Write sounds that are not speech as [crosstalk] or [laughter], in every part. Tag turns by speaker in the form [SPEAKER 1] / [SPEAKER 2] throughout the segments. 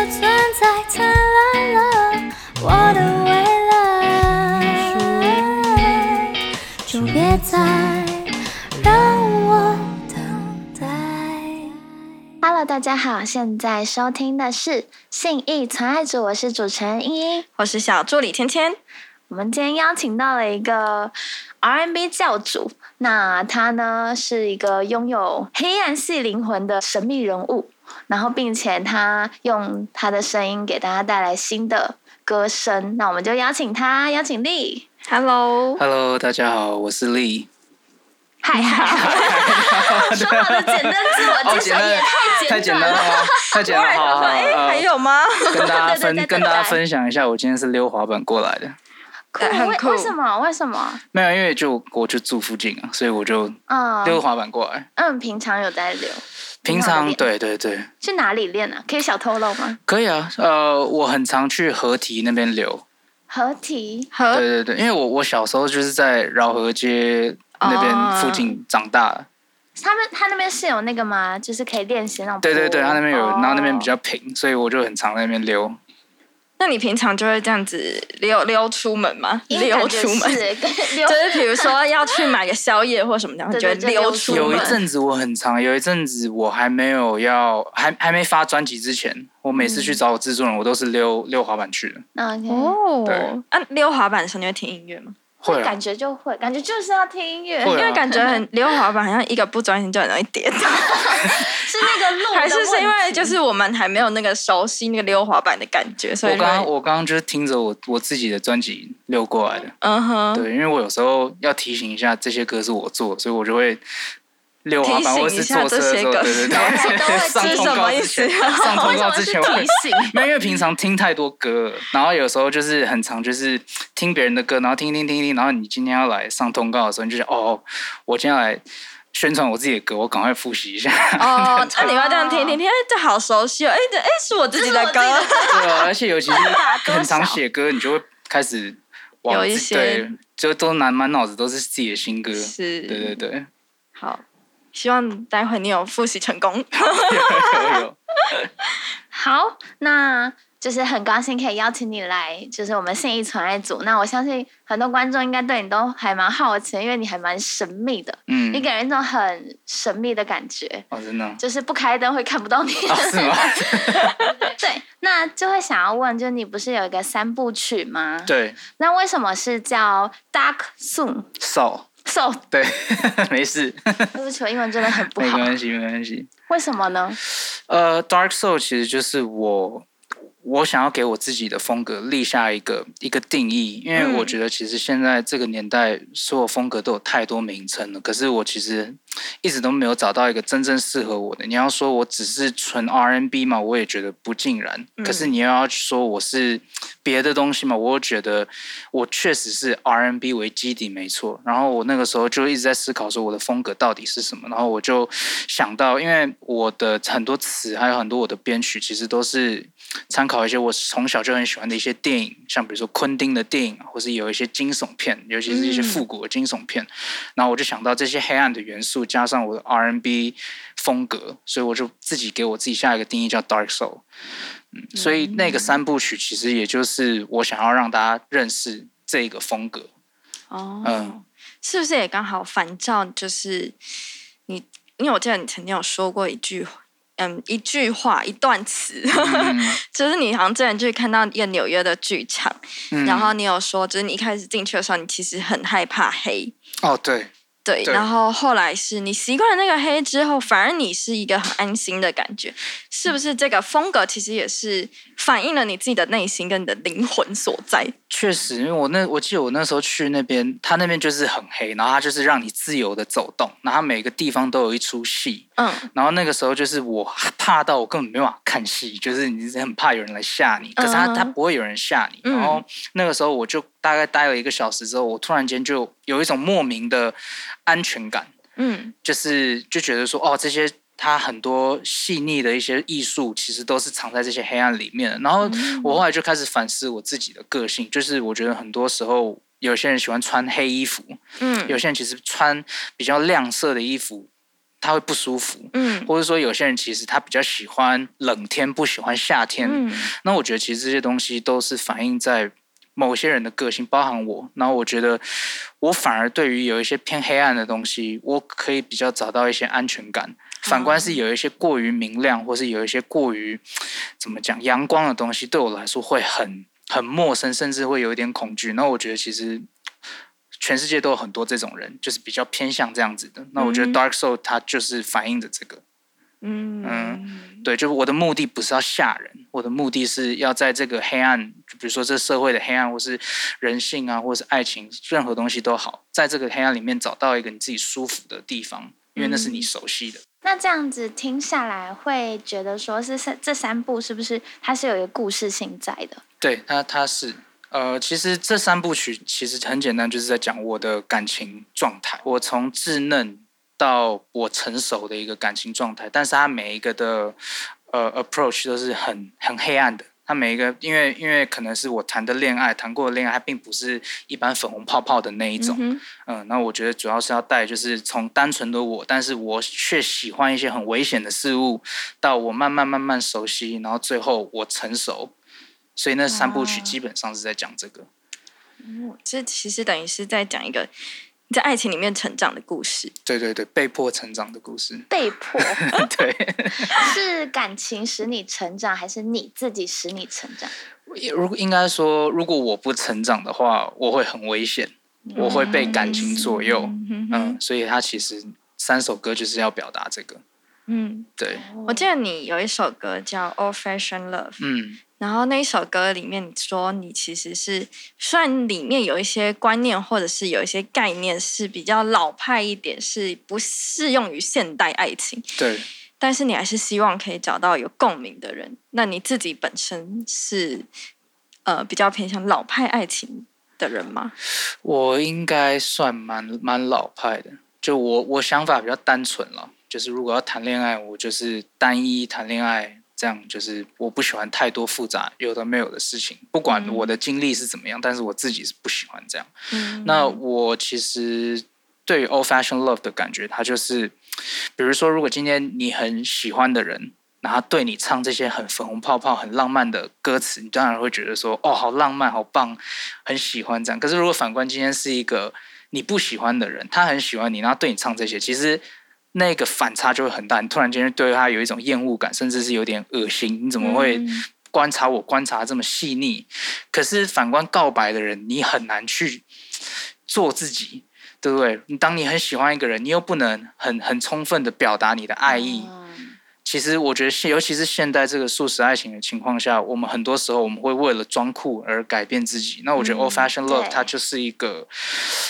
[SPEAKER 1] 再灿烂了，我的未来，就别再让我等待。
[SPEAKER 2] Hello，大家好，现在收听的是《信义存爱组》，我是主持人依依。
[SPEAKER 3] 我是小助理芊芊。
[SPEAKER 2] 我们今天邀请到了一个 R&B 教主，那他呢是一个拥有黑暗系灵魂的神秘人物，然后并且他用他的声音给大家带来新的歌声。那我们就邀请他，邀请丽。
[SPEAKER 3] Hello，
[SPEAKER 4] Hello，大家好，我是丽。
[SPEAKER 3] [laughs]
[SPEAKER 2] 嗨嗨，说好的简单自我
[SPEAKER 4] 好
[SPEAKER 2] 介
[SPEAKER 4] 简
[SPEAKER 3] 哦
[SPEAKER 2] 绍也
[SPEAKER 4] 单，
[SPEAKER 2] 太
[SPEAKER 4] 太
[SPEAKER 2] 简
[SPEAKER 4] 简
[SPEAKER 2] 单
[SPEAKER 4] 单了
[SPEAKER 2] 了。
[SPEAKER 4] 吗，太简
[SPEAKER 3] 突
[SPEAKER 4] 单
[SPEAKER 3] 然
[SPEAKER 4] 了。好好
[SPEAKER 3] 想
[SPEAKER 4] 好，
[SPEAKER 3] 说，哎、还
[SPEAKER 4] 呃
[SPEAKER 3] 有吗？
[SPEAKER 4] 跟大家
[SPEAKER 2] 对对对
[SPEAKER 4] 分跟
[SPEAKER 2] 对
[SPEAKER 4] 大家
[SPEAKER 2] 对
[SPEAKER 4] 分享一下，我今天是溜滑板过来的。
[SPEAKER 2] 酷，
[SPEAKER 3] 对很
[SPEAKER 2] 为
[SPEAKER 3] 酷
[SPEAKER 2] 为什么？为什么？
[SPEAKER 4] 没有，因为就我就住附近啊，所以我就溜
[SPEAKER 2] 嗯
[SPEAKER 4] 滑板过来。
[SPEAKER 2] 嗯，平常有在留，
[SPEAKER 4] 平
[SPEAKER 2] 溜
[SPEAKER 4] 常
[SPEAKER 2] 滑
[SPEAKER 4] 对对对，
[SPEAKER 2] 去哪里练啊？可以小透露吗？
[SPEAKER 4] 可以啊。呃，我很常去河堤那边溜。
[SPEAKER 2] 合体
[SPEAKER 3] 和
[SPEAKER 4] 对对对，因为我我小时候就是在饶河街那边附近长大的。
[SPEAKER 2] 他们他那边是有那个吗？就是可以练习那种坡。
[SPEAKER 4] 对对对，他那边有，然后那边比
[SPEAKER 2] 哦。
[SPEAKER 4] 较平，所以我就很常在那边溜。
[SPEAKER 3] 那你平常就会这样子溜溜出门吗？
[SPEAKER 2] 因为
[SPEAKER 3] 溜
[SPEAKER 2] 感觉
[SPEAKER 3] 出门，
[SPEAKER 2] 是跟溜
[SPEAKER 3] [laughs] 就是比如说要去买个宵夜或什么的，然后
[SPEAKER 2] 对
[SPEAKER 3] 你就会
[SPEAKER 2] 对就溜
[SPEAKER 3] 溜
[SPEAKER 2] 出
[SPEAKER 3] 出
[SPEAKER 2] 门
[SPEAKER 3] 门。
[SPEAKER 4] 有一阵子我很长，有一阵子我还没有要，还还没发专辑之前，我每次去找我制作人，我都是溜溜滑板去的。
[SPEAKER 2] OK，、
[SPEAKER 4] 对
[SPEAKER 3] 哦，啊，溜滑板的时候你会听音乐吗？
[SPEAKER 4] 会啊
[SPEAKER 2] 感，觉就会，感觉就是要听音乐，
[SPEAKER 4] 会啊
[SPEAKER 2] [laughs]
[SPEAKER 3] 因为感觉很溜滑板，好像一个不专心就很容易跌倒，
[SPEAKER 2] 是那个路的
[SPEAKER 3] 还是是因为
[SPEAKER 2] 问题
[SPEAKER 3] 就是我们还没有那个熟悉那个溜滑板的感觉，所以
[SPEAKER 4] 我刚刚
[SPEAKER 3] 会
[SPEAKER 4] 我刚刚就是听着我我自己的专辑溜过来的。
[SPEAKER 3] 嗯哼，
[SPEAKER 4] 对，因为我有时候要提醒一下，这些歌是我做的，所以我就会。溜滑板
[SPEAKER 3] 提醒
[SPEAKER 4] 或
[SPEAKER 3] 一
[SPEAKER 4] 是
[SPEAKER 3] 下
[SPEAKER 4] 坐车的时候，
[SPEAKER 3] 这
[SPEAKER 4] 对
[SPEAKER 3] 些
[SPEAKER 4] 对 [laughs]
[SPEAKER 3] 歌
[SPEAKER 4] 对，
[SPEAKER 2] 都会
[SPEAKER 4] 上
[SPEAKER 3] 是
[SPEAKER 4] 通
[SPEAKER 3] 什
[SPEAKER 4] 告
[SPEAKER 3] 么意
[SPEAKER 4] 之
[SPEAKER 3] 思
[SPEAKER 4] 前， [laughs] 上通
[SPEAKER 2] 为什
[SPEAKER 4] 告
[SPEAKER 2] 么
[SPEAKER 4] 之
[SPEAKER 2] 是
[SPEAKER 4] 前会
[SPEAKER 2] 提醒？
[SPEAKER 4] 没有，因为平常听太多歌，然后有时候就是很常就是听别人的歌，然后听听听听，然后你今天要来上通告的时候，你就想哦，我今天要来宣传我自己的歌，我赶快复习一下。 [laughs]
[SPEAKER 3] 哦，那你要这样听听听，哎，这好熟悉哦，哎，这哎是我自己的
[SPEAKER 4] [laughs]
[SPEAKER 3] 歌，
[SPEAKER 4] 对啊，而且尤其是很常写歌，你就会开始往
[SPEAKER 3] 有一
[SPEAKER 4] 自己
[SPEAKER 3] 些
[SPEAKER 4] 对，就都满满脑子都是自己的新歌。
[SPEAKER 3] 是，
[SPEAKER 4] 对对 [laughs] 对，
[SPEAKER 3] 好，希望待会你有复习
[SPEAKER 2] [laughs]
[SPEAKER 3] 成功。
[SPEAKER 4] 有有有，
[SPEAKER 2] 好，那就是很高兴可以邀请你来，就是我们信义传爱组。那我相信很多观众应该对你都还蛮好奇的，因为你还蛮神秘的，
[SPEAKER 4] 嗯
[SPEAKER 2] 你，给人一种很神秘的感觉，
[SPEAKER 4] 哦，真
[SPEAKER 2] [laughs]
[SPEAKER 4] 的啊，
[SPEAKER 2] 就是不开灯会看不到你。
[SPEAKER 4] 哦是吗？
[SPEAKER 2] 对，那就会想要问，就是你不是有一个三部曲吗？
[SPEAKER 4] [laughs] 对，
[SPEAKER 2] 那为什么是叫 Dark
[SPEAKER 4] [laughs]
[SPEAKER 2] Soon
[SPEAKER 4] 少，
[SPEAKER 2] So？
[SPEAKER 4] 对， [laughs] 没事，
[SPEAKER 2] 对不起，我英文真的很不
[SPEAKER 4] 没
[SPEAKER 2] 好。
[SPEAKER 4] 关系，没关系。
[SPEAKER 2] 为什么呢？
[SPEAKER 4] 呃，Dark Soul 其实就是我我想要给我自己的风格立下一个一个定义，因为我觉得其实现在这个年代所有风格都有太多名称了，可是我其实一直都没有找到一个真正适合我的。你要说我只是纯 R&B 嘛，我也觉得不尽然。可是你又要说我是别的东西嘛，我又觉得我确实是 R&B 为基底没错。然后我那个时候就一直在思考说我的风格到底是什么，然后我就想到，因为我的很多词还有很多我的编曲，其实都是参考一些我从小就很喜欢的一些电影，像比如说昆汀的电影，啊或是有一些惊悚片，尤其是一些复古的惊悚片。然后我就想到这些黑暗的元素，加上我的 R&B 风格，所以我就自己给我自己下一个定义叫 Dark Soul。嗯，所以那个三部曲其实也就是我想要让大家认识这个风格。
[SPEAKER 3] 哦，
[SPEAKER 4] 嗯
[SPEAKER 3] 是不是也刚好反照？就是你，因为我记得你曾经有说过一句，嗯，一句话，一段词， [laughs]
[SPEAKER 4] 嗯
[SPEAKER 3] 就是你好像之前去看到一个纽约的剧场，
[SPEAKER 4] 嗯
[SPEAKER 3] 然后你有说，就是你一开始进去的时候，你其实很害怕黑。
[SPEAKER 4] 哦，对，
[SPEAKER 3] 对，
[SPEAKER 4] 对
[SPEAKER 3] 然后后来是你习惯了那个黑之后，反而你是一个很安心的感觉，是不是？这个风格其实也是反映了你自己的内心跟你的灵魂所在。
[SPEAKER 4] 确实，因为我那我记得我那时候去那边，他那边就是很黑，然后他就是让你自由的走动，然后它每个地方都有一出戏。
[SPEAKER 3] 嗯，
[SPEAKER 4] 然后那个时候就是我怕到我根本没办法看戏，就是你是很怕有人来吓你，可是他、
[SPEAKER 3] 嗯
[SPEAKER 4] 他不会有人吓你。然后那个时候我就大概待了一个小时之后，我突然间就有一种莫名的安全感，
[SPEAKER 3] 嗯，
[SPEAKER 4] 就是就觉得说，哦，这些他很多细腻的一些艺术，其实都是藏在这些黑暗里面的。然后我后来就开始反思我自己的个性，就是我觉得很多时候有些人喜欢穿黑衣服，
[SPEAKER 3] 嗯
[SPEAKER 4] 有些人其实穿比较亮色的衣服。他会不舒服，
[SPEAKER 3] 嗯
[SPEAKER 4] 或者说有些人其实他比较喜欢冷天，不喜欢夏天。
[SPEAKER 3] 嗯
[SPEAKER 4] 那我觉得其实这些东西都是反映在某些人的个性，包含我。然后我觉得我反而对于有一些偏黑暗的东西，我可以比较找到一些安全感。反观是有一些过于明亮，或是有一些过于怎么讲阳光的东西，对我来说会很很陌生，甚至会有一点恐惧。那我觉得其实。全世界都有很多这种人，就是比较偏向这样子的。那我觉得
[SPEAKER 3] 嗯
[SPEAKER 4] Dark Soul 它就是反映着这个。
[SPEAKER 3] 嗯
[SPEAKER 4] 对，就是我的目的不是要吓人，我的目的是要在这个黑暗，就比如说这社会的黑暗，或是人性啊，或是爱情，任何东西都好，在这个黑暗里面找到一个你自己舒服的地方，因为那是你熟悉的。
[SPEAKER 2] 那这样子听下来，会觉得说是三这三部是不是它是有一个故事性在的？
[SPEAKER 4] 对，它它是。呃，其实这三部曲其实很简单，就是在讲我的感情状态。我从稚嫩到我成熟的一个感情状态，但是它每一个的呃 approach 都是很很黑暗的。它每一个，因为因为可能是我谈的恋爱，谈过的恋爱，它并不是一般粉红泡泡的那一种。
[SPEAKER 3] 嗯
[SPEAKER 4] 嗯，那我觉得主要是要带，就是从单纯的我，但是我却喜欢一些很危险的事物，到我慢慢慢慢熟悉，然后最后我成熟。所以那三部曲
[SPEAKER 2] 哦。
[SPEAKER 4] 基本上是在讲这个。
[SPEAKER 3] 哼，这其实等于是在讲一个在爱情里面成长的故事。
[SPEAKER 4] 对对对，被迫成长的故事 [laughs]
[SPEAKER 2] 被迫
[SPEAKER 4] 对，
[SPEAKER 2] 是感情使你成长，还是你自己使你成长？
[SPEAKER 4] 如果应该说，如果我不成长的话，我会很危险，我会被感情左右。
[SPEAKER 3] 嗯
[SPEAKER 4] 嗯
[SPEAKER 3] 哼，
[SPEAKER 4] 所以它其实三首歌就是要表达这个。
[SPEAKER 3] 嗯，
[SPEAKER 4] 对，
[SPEAKER 3] 我记得你有一首歌叫《Old Fashioned Love》，
[SPEAKER 4] 嗯，
[SPEAKER 3] 然后那一首歌里面，你说你其实是虽然里面有一些观念或者是有一些概念是比较老派一点，是不适用于现代爱情，
[SPEAKER 4] 对。
[SPEAKER 3] 但是你还是希望可以找到有共鸣的人。那你自己本身是呃比较偏向老派爱情的人吗？
[SPEAKER 4] 我应该算蛮蛮老派的，就我我想法比较单纯了，就是如果要谈恋爱，我就是单一谈恋爱，这样就是我不喜欢太多复杂有的没有的事情，不管
[SPEAKER 3] 嗯
[SPEAKER 4] 我的经历是怎么样，但是我自己是不喜欢这样。
[SPEAKER 3] 嗯，
[SPEAKER 4] 那我其实对于 old fashion love 的感觉，它就是，比如说，如果今天你很喜欢的人，然后他对你唱这些很粉红泡泡、很浪漫的歌词，你当然会觉得说，哦，好浪漫，好棒，很喜欢这样。可是如果反观今天是一个你不喜欢的人，他很喜欢你，然后对你唱这些，其实。那个反差就会很大，你突然间对他有一种厌恶感，甚至是有点恶心。你怎么会观察我观察这么细腻？可是反观告白的人，你很难去做自己，对不对？你当你很喜欢一个人，你又不能很很充分的表达你的爱意。
[SPEAKER 2] 嗯
[SPEAKER 4] 其实我觉得现，尤其是现代这个素食爱情的情况下，我们很多时候我们会为了装酷而改变自己。那我觉得 old fashion love
[SPEAKER 2] 对
[SPEAKER 4] 它就是一个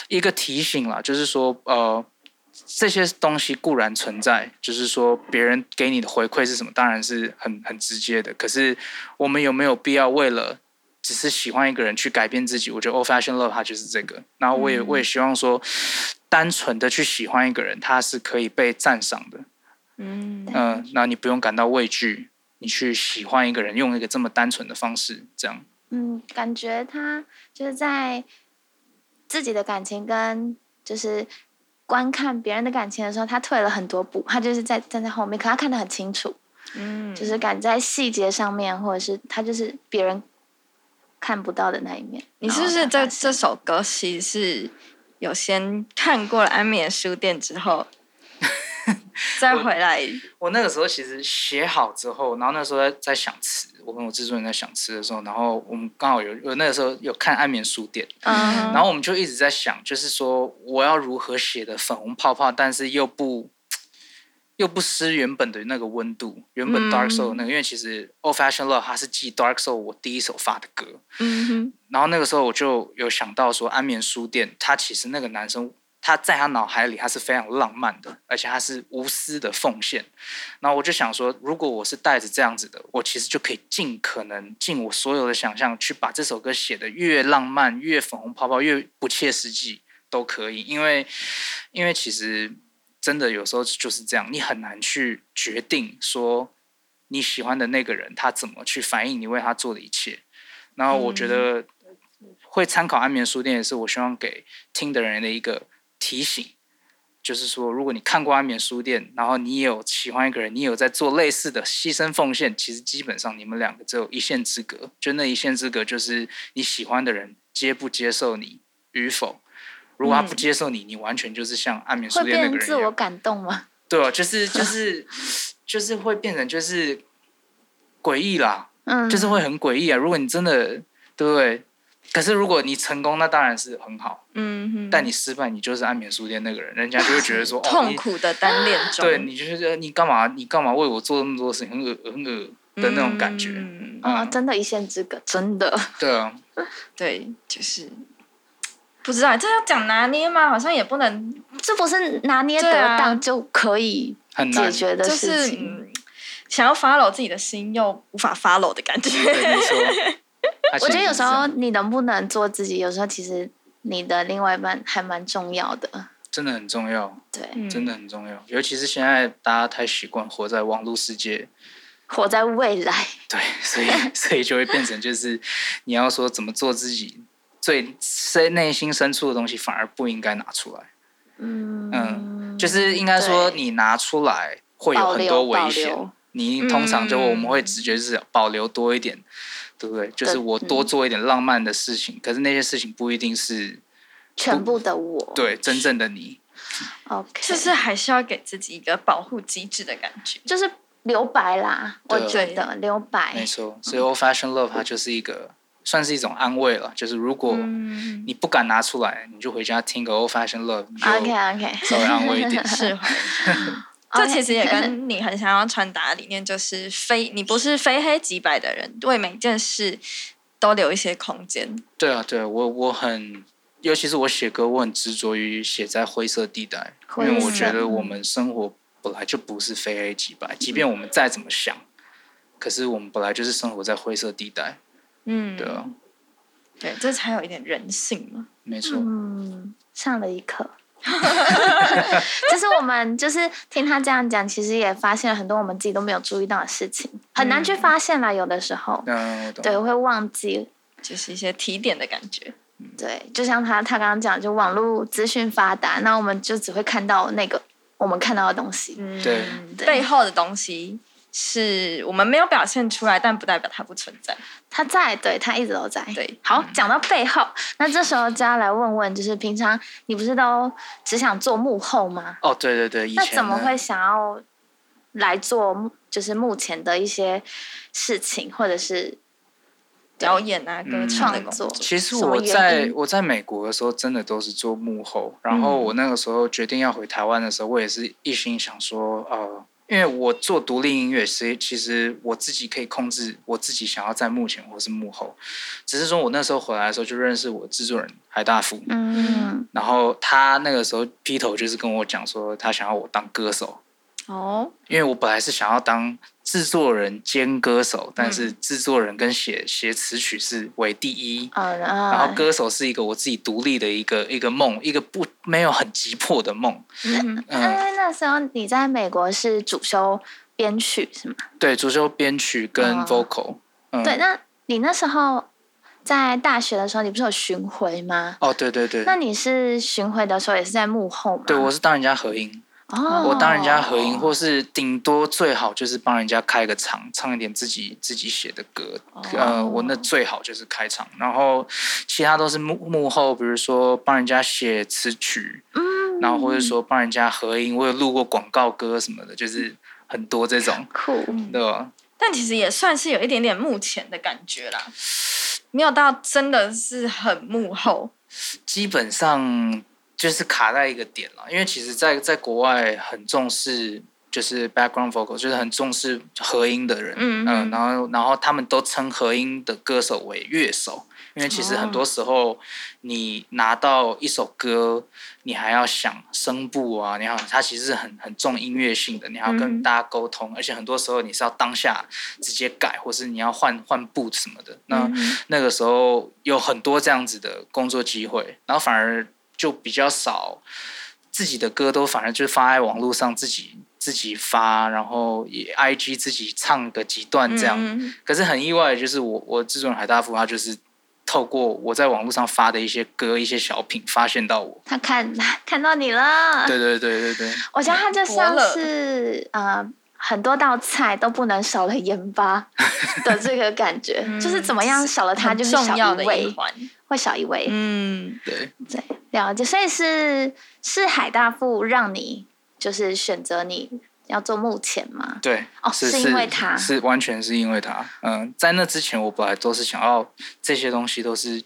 [SPEAKER 4] 一个提醒啦，就是说呃。这些东西固然存在，就是说别人给你的回馈是什么，当然是很很直接的。可是我们有没有必要为了只是喜欢一个人去改变自己？我觉得 old fashion love 它就是这个。然后我也、我也希望说，单纯的去喜欢一个人，他是可以被赞赏的。
[SPEAKER 3] 嗯
[SPEAKER 4] 嗯，那你不用感到畏惧，你去喜欢一个人，用一个这么单纯的方式，这样。
[SPEAKER 2] 嗯，感觉他就是在自己的感情跟就是观看别人的感情的时候，他退了很多步，他就是在站在后面，可他看得很清楚，
[SPEAKER 3] 嗯，
[SPEAKER 2] 就是敢在细节上面，或者是他就是别人看不到的那一面。
[SPEAKER 3] 你是不
[SPEAKER 2] 然
[SPEAKER 3] 是
[SPEAKER 2] 后他
[SPEAKER 3] 这
[SPEAKER 2] 发现
[SPEAKER 3] 这首歌其实是有先看过了安眠书店之 [laughs] 后，再回 [laughs] 来？
[SPEAKER 4] 我那个时候其实写好之后，然后那时候在在想词，我跟我制作人在想词的时候，然后我们刚好有有那个时候有看《安眠书店》，
[SPEAKER 3] 嗯，
[SPEAKER 4] 然后我们就一直在想，就是说我要如何写的粉红泡泡，但是又不又不失原本的那个温度，原本
[SPEAKER 3] 嗯
[SPEAKER 4] Dark Soul 的那个，因为其实 Old Fashion Love 它是继 Dark Soul 我第一首发的歌，
[SPEAKER 3] 嗯哼，
[SPEAKER 4] 然后那个时候我就有想到说，安眠书店，他其实那个男生，他在他脑海里他是非常浪漫的，而且他是无私的奉献。然后我就想说，如果我是带着这样子的，我其实就可以尽可能尽我所有的想象去把这首歌写得越浪漫、越粉红泡泡、越不切实际都可以，因为因为其实真的有时候就是这样，你很难去决定说你喜欢的那个人他怎么去反映你为他做的一切。然后我
[SPEAKER 2] 嗯
[SPEAKER 4] 觉得会参考安眠书店，也是我希望给听的人的一个提醒，就是说，如果你看过安眠书店，然后你也有喜欢一个人，你也有在做类似的牺牲奉献，其实基本上你们两个只有一线之隔，就那一线之隔就是你喜欢的人接不接受你与否。如果他不接受你，你完全就是像安眠书
[SPEAKER 2] 嗯会
[SPEAKER 4] 店那
[SPEAKER 2] 变成
[SPEAKER 4] 个人一
[SPEAKER 2] 自
[SPEAKER 4] 样
[SPEAKER 2] 我感动吗？
[SPEAKER 4] 对啊，就是就是就是会变成就是诡异啦，
[SPEAKER 2] 嗯，
[SPEAKER 4] 就是会很诡异啊。如果你真的对不对？可是如果你成功，那当然是很好。
[SPEAKER 3] 嗯哼，
[SPEAKER 4] 但你失败，你就是安眠书店那个人，人家就会觉
[SPEAKER 2] [laughs]
[SPEAKER 4] 得说哦，
[SPEAKER 3] 痛
[SPEAKER 4] 你
[SPEAKER 3] 苦的单恋中，
[SPEAKER 4] 对你就是呃你干嘛你干嘛为我做那么多事情，很恶很恶的那种感觉。
[SPEAKER 3] 嗯
[SPEAKER 2] 啊、
[SPEAKER 4] 嗯
[SPEAKER 2] 真的，一线之隔，真的。 [laughs]
[SPEAKER 4] 对啊，
[SPEAKER 3] 对，就是不知道这要讲拿捏吗？好像也不能，
[SPEAKER 2] 这不是拿捏
[SPEAKER 3] 对
[SPEAKER 2] 得
[SPEAKER 3] 啊
[SPEAKER 2] 当就可以
[SPEAKER 4] 很难
[SPEAKER 2] 解。决的
[SPEAKER 3] 就
[SPEAKER 2] 事
[SPEAKER 3] 是、
[SPEAKER 2] 情。
[SPEAKER 3] 嗯、想要 follow 自己的心，又无法 follow 的感
[SPEAKER 4] 对，
[SPEAKER 3] 觉。
[SPEAKER 4] 没错。
[SPEAKER 2] [laughs]
[SPEAKER 4] 它
[SPEAKER 2] 我觉
[SPEAKER 4] 其实
[SPEAKER 2] 得有
[SPEAKER 4] 是
[SPEAKER 2] 时
[SPEAKER 4] 这样
[SPEAKER 2] 候你能不能做自己，有时候其实你的另外一半还蛮重要的。
[SPEAKER 4] 真的很重要，
[SPEAKER 2] 对，
[SPEAKER 3] 嗯
[SPEAKER 4] 真的很重要。尤其是现在大家太习惯活在网络世界，
[SPEAKER 2] 活在未来，
[SPEAKER 3] [laughs]
[SPEAKER 4] 对，
[SPEAKER 2] [laughs]
[SPEAKER 4] 所以所以就会变成就是你要说怎么做自己最深内心深处的东西，反而不应该拿出来。
[SPEAKER 2] 嗯
[SPEAKER 4] 嗯就是应该说
[SPEAKER 2] 对
[SPEAKER 4] 你拿出来会有
[SPEAKER 2] 保
[SPEAKER 4] 很
[SPEAKER 2] 留
[SPEAKER 4] 多危
[SPEAKER 2] 保
[SPEAKER 4] 险
[SPEAKER 2] 留。
[SPEAKER 4] 你通常就
[SPEAKER 3] 嗯
[SPEAKER 4] 我们会直觉是保留多一点，对不对？就是
[SPEAKER 2] 对嗯
[SPEAKER 4] 我多做一点浪漫的事情，可是那些事情不一定是
[SPEAKER 2] 全部的我。
[SPEAKER 4] 对真正的你。
[SPEAKER 2] ，OK，
[SPEAKER 3] 就是还是要给自己一个保护机制的感觉。
[SPEAKER 2] 就是留白啦，我
[SPEAKER 4] 对
[SPEAKER 2] 觉得留
[SPEAKER 4] 没
[SPEAKER 2] 白。
[SPEAKER 4] 错，
[SPEAKER 2] 嗯
[SPEAKER 4] 所以 old fashion love 它就是一个算是一种安慰了，就是如果
[SPEAKER 3] 嗯，
[SPEAKER 4] 你不敢拿出来，你就回家听个 old fashion love，你
[SPEAKER 2] OK
[SPEAKER 4] 就
[SPEAKER 2] OK，
[SPEAKER 4] 稍微安慰一
[SPEAKER 2] [laughs]
[SPEAKER 4] 点。
[SPEAKER 3] 是会。这其实也跟你很想要传达的理念，就是非你不是非黑即白的人，为每件事都留一些空间。
[SPEAKER 4] 对啊，对啊我我很，尤其是我写歌，我很执着于写在灰色地带，因为
[SPEAKER 2] 灰
[SPEAKER 4] 我觉
[SPEAKER 2] 色
[SPEAKER 4] 得我们生活本来就不是非黑即白，即便我们再怎么想，可是我们本来就是生活在灰色地带，
[SPEAKER 3] 嗯，
[SPEAKER 4] 对啊，
[SPEAKER 3] 对，这才有一点人性嘛。
[SPEAKER 4] 没错，
[SPEAKER 2] 嗯，上了一课。 [laughs] 就是我们就是听他这样讲，其实也发现了很多我们自己都没有注意到的事情，很
[SPEAKER 4] 嗯
[SPEAKER 2] 难去发现啦。有的时候，
[SPEAKER 4] 嗯，我懂，
[SPEAKER 2] 对，会忘记。
[SPEAKER 3] 就是一些提点的感觉。
[SPEAKER 2] 对，就像他他刚刚讲，就网络资讯发达，那我们就只会看到那个我们看到的东西。
[SPEAKER 3] 嗯，
[SPEAKER 4] 对
[SPEAKER 3] 背后的东西是我们没有表现出来，但不代表它不存在。
[SPEAKER 2] 他在，对他一直都在。
[SPEAKER 3] 对，
[SPEAKER 2] 好，讲到背后，那这时候就要来问问，就是平常你不是都只想做幕后吗？
[SPEAKER 4] 哦，对对对，以
[SPEAKER 2] 那
[SPEAKER 4] 前
[SPEAKER 2] 怎么
[SPEAKER 4] 呢
[SPEAKER 2] 会想要来做幕就是目前的一些事情，或者是
[SPEAKER 3] 表演啊，歌唱的
[SPEAKER 2] 创
[SPEAKER 3] 工
[SPEAKER 2] 作？
[SPEAKER 4] 其实
[SPEAKER 2] 什么
[SPEAKER 4] 我
[SPEAKER 2] 原
[SPEAKER 4] 在
[SPEAKER 2] 因
[SPEAKER 4] 我在美国的时候，真的都是做幕后。然后
[SPEAKER 3] 嗯
[SPEAKER 4] 我那个时候决定要回台湾的时候，我也是一心想说，呃，因为我做独立音乐，所以其实我自己可以控制我自己想要在幕前或是幕后。只是说我那时候回来的时候，就认识我制作人海大福，
[SPEAKER 2] 嗯，
[SPEAKER 4] 然后他那个时候劈头就是跟我讲说，他想要我当歌手。
[SPEAKER 3] 哦，
[SPEAKER 4] 因为我本来是想要当制作人兼歌手，但是
[SPEAKER 2] 嗯
[SPEAKER 4] 制作人跟写写词曲是为第一，
[SPEAKER 2] 呃，
[SPEAKER 4] 然
[SPEAKER 2] 然
[SPEAKER 4] 后歌手是一个我自己独立的一个一个梦，一个不没有很急迫的梦。
[SPEAKER 3] 嗯
[SPEAKER 2] 因
[SPEAKER 4] 嗯，
[SPEAKER 2] 为哎那时候你在美国是主修编曲是吗？
[SPEAKER 4] 对，主修编曲跟
[SPEAKER 2] 哦
[SPEAKER 4] vocal、嗯，
[SPEAKER 2] 对，那你那时候在大学的时候，你不是有巡回吗？
[SPEAKER 4] 哦，对对对，
[SPEAKER 2] 那你是巡回的时候也是在幕后吗？
[SPEAKER 4] 对我是当人家合音，
[SPEAKER 2] 哦，
[SPEAKER 4] 我当人家合音，或是顶多最好就是帮人家开个场，唱一点自己自己写的歌。
[SPEAKER 2] 哦
[SPEAKER 4] 呃，我那最好就是开场，然后其他都是幕幕后，比如说帮人家写词曲，
[SPEAKER 2] 嗯，
[SPEAKER 4] 然后或者说帮人家合音，我有录过广告歌什么的，就是很多这种，
[SPEAKER 2] 酷，
[SPEAKER 4] 对吧？
[SPEAKER 3] 但其实也算是有一点点幕前的感觉啦，没有到真的是很幕后。
[SPEAKER 4] 基本上就是卡在一个点了，因为其实在，在国外很重视就是 background vocal，就是很重视合音的人，
[SPEAKER 3] 嗯
[SPEAKER 4] 嗯、然后然后他们都称合音的歌手为乐手，因为其实
[SPEAKER 3] 哦
[SPEAKER 4] 很多时候你拿到一首歌，你还要想声部啊，你好，它其实是很很重音乐性的，你还要
[SPEAKER 3] 嗯
[SPEAKER 4] 跟
[SPEAKER 3] 哼
[SPEAKER 4] 大家沟通，而且很多时候你是要当下直接改，或是你要换换部什么的，那。
[SPEAKER 3] 嗯哼
[SPEAKER 4] 那个时候有很多这样子的工作机会，然后反而就比较少自己的歌都反而就发在网络上自己自己发，然后也 IG 自己唱个几段这样。
[SPEAKER 3] 嗯
[SPEAKER 4] 可是很意外，就是我我制作人海大富他就是透过我在网络上发的一些歌、一些小品，发现到我。
[SPEAKER 2] 他看 [laughs] 看到你了，
[SPEAKER 4] 对对对对对，
[SPEAKER 2] 我觉得他就像
[SPEAKER 3] 活了
[SPEAKER 2] 是呃很多道菜都不能少了盐
[SPEAKER 4] [laughs]
[SPEAKER 2] 巴的这个感觉，
[SPEAKER 3] 嗯
[SPEAKER 2] 就是怎么样少了它
[SPEAKER 3] 很
[SPEAKER 2] 就是
[SPEAKER 3] 重要
[SPEAKER 2] 少
[SPEAKER 3] 的
[SPEAKER 2] 一
[SPEAKER 3] 一
[SPEAKER 2] 味，
[SPEAKER 3] 环。
[SPEAKER 2] 会少一味。
[SPEAKER 3] 嗯，
[SPEAKER 4] 对，
[SPEAKER 2] 对，了解。所以是是海大富让你就是选择你要做幕前吗？
[SPEAKER 4] 对，
[SPEAKER 2] 哦
[SPEAKER 4] 是
[SPEAKER 2] 是因为他
[SPEAKER 4] 是完全是因为他。嗯，在那之前，我本来都是想要这些东西都是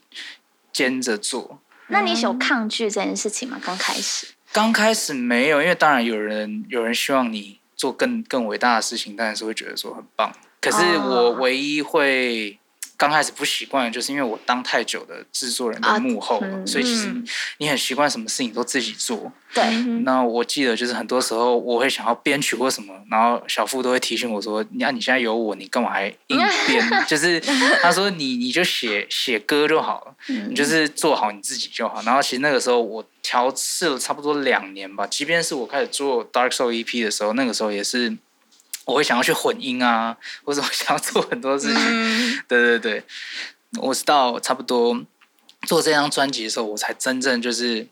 [SPEAKER 4] 兼着做。
[SPEAKER 2] 那你有抗拒这件事情吗？刚开始，
[SPEAKER 4] 刚开始没有，因为当然有人有人希望你做更更伟大的事情，当然是会觉得说很棒。可是我
[SPEAKER 2] 哦
[SPEAKER 4] 唯一会刚开始不习惯，的就是因为我当太久的制作人
[SPEAKER 2] 啊
[SPEAKER 4] 的幕后了，
[SPEAKER 2] 嗯
[SPEAKER 4] 所以其实
[SPEAKER 3] 嗯
[SPEAKER 4] 你很习惯什么事情都自己做。
[SPEAKER 2] 对，
[SPEAKER 4] 那我记得就是很多时候我会想要编曲或什么，然后小付都会提醒我说：“你啊，你现在有我，你干嘛还硬编？”就是他说你你就写写歌就好了，你就是做好你自己就好。然后其实那个时候我调试了差不多两年吧，即便是我开始做 Dark Soul EP 的时候，那个时候也是我会想要去混音啊，或者我想要做很多事情。
[SPEAKER 3] 嗯，
[SPEAKER 4] [laughs] 对对对，我是到差不多做这张专辑的时候，我才真正就是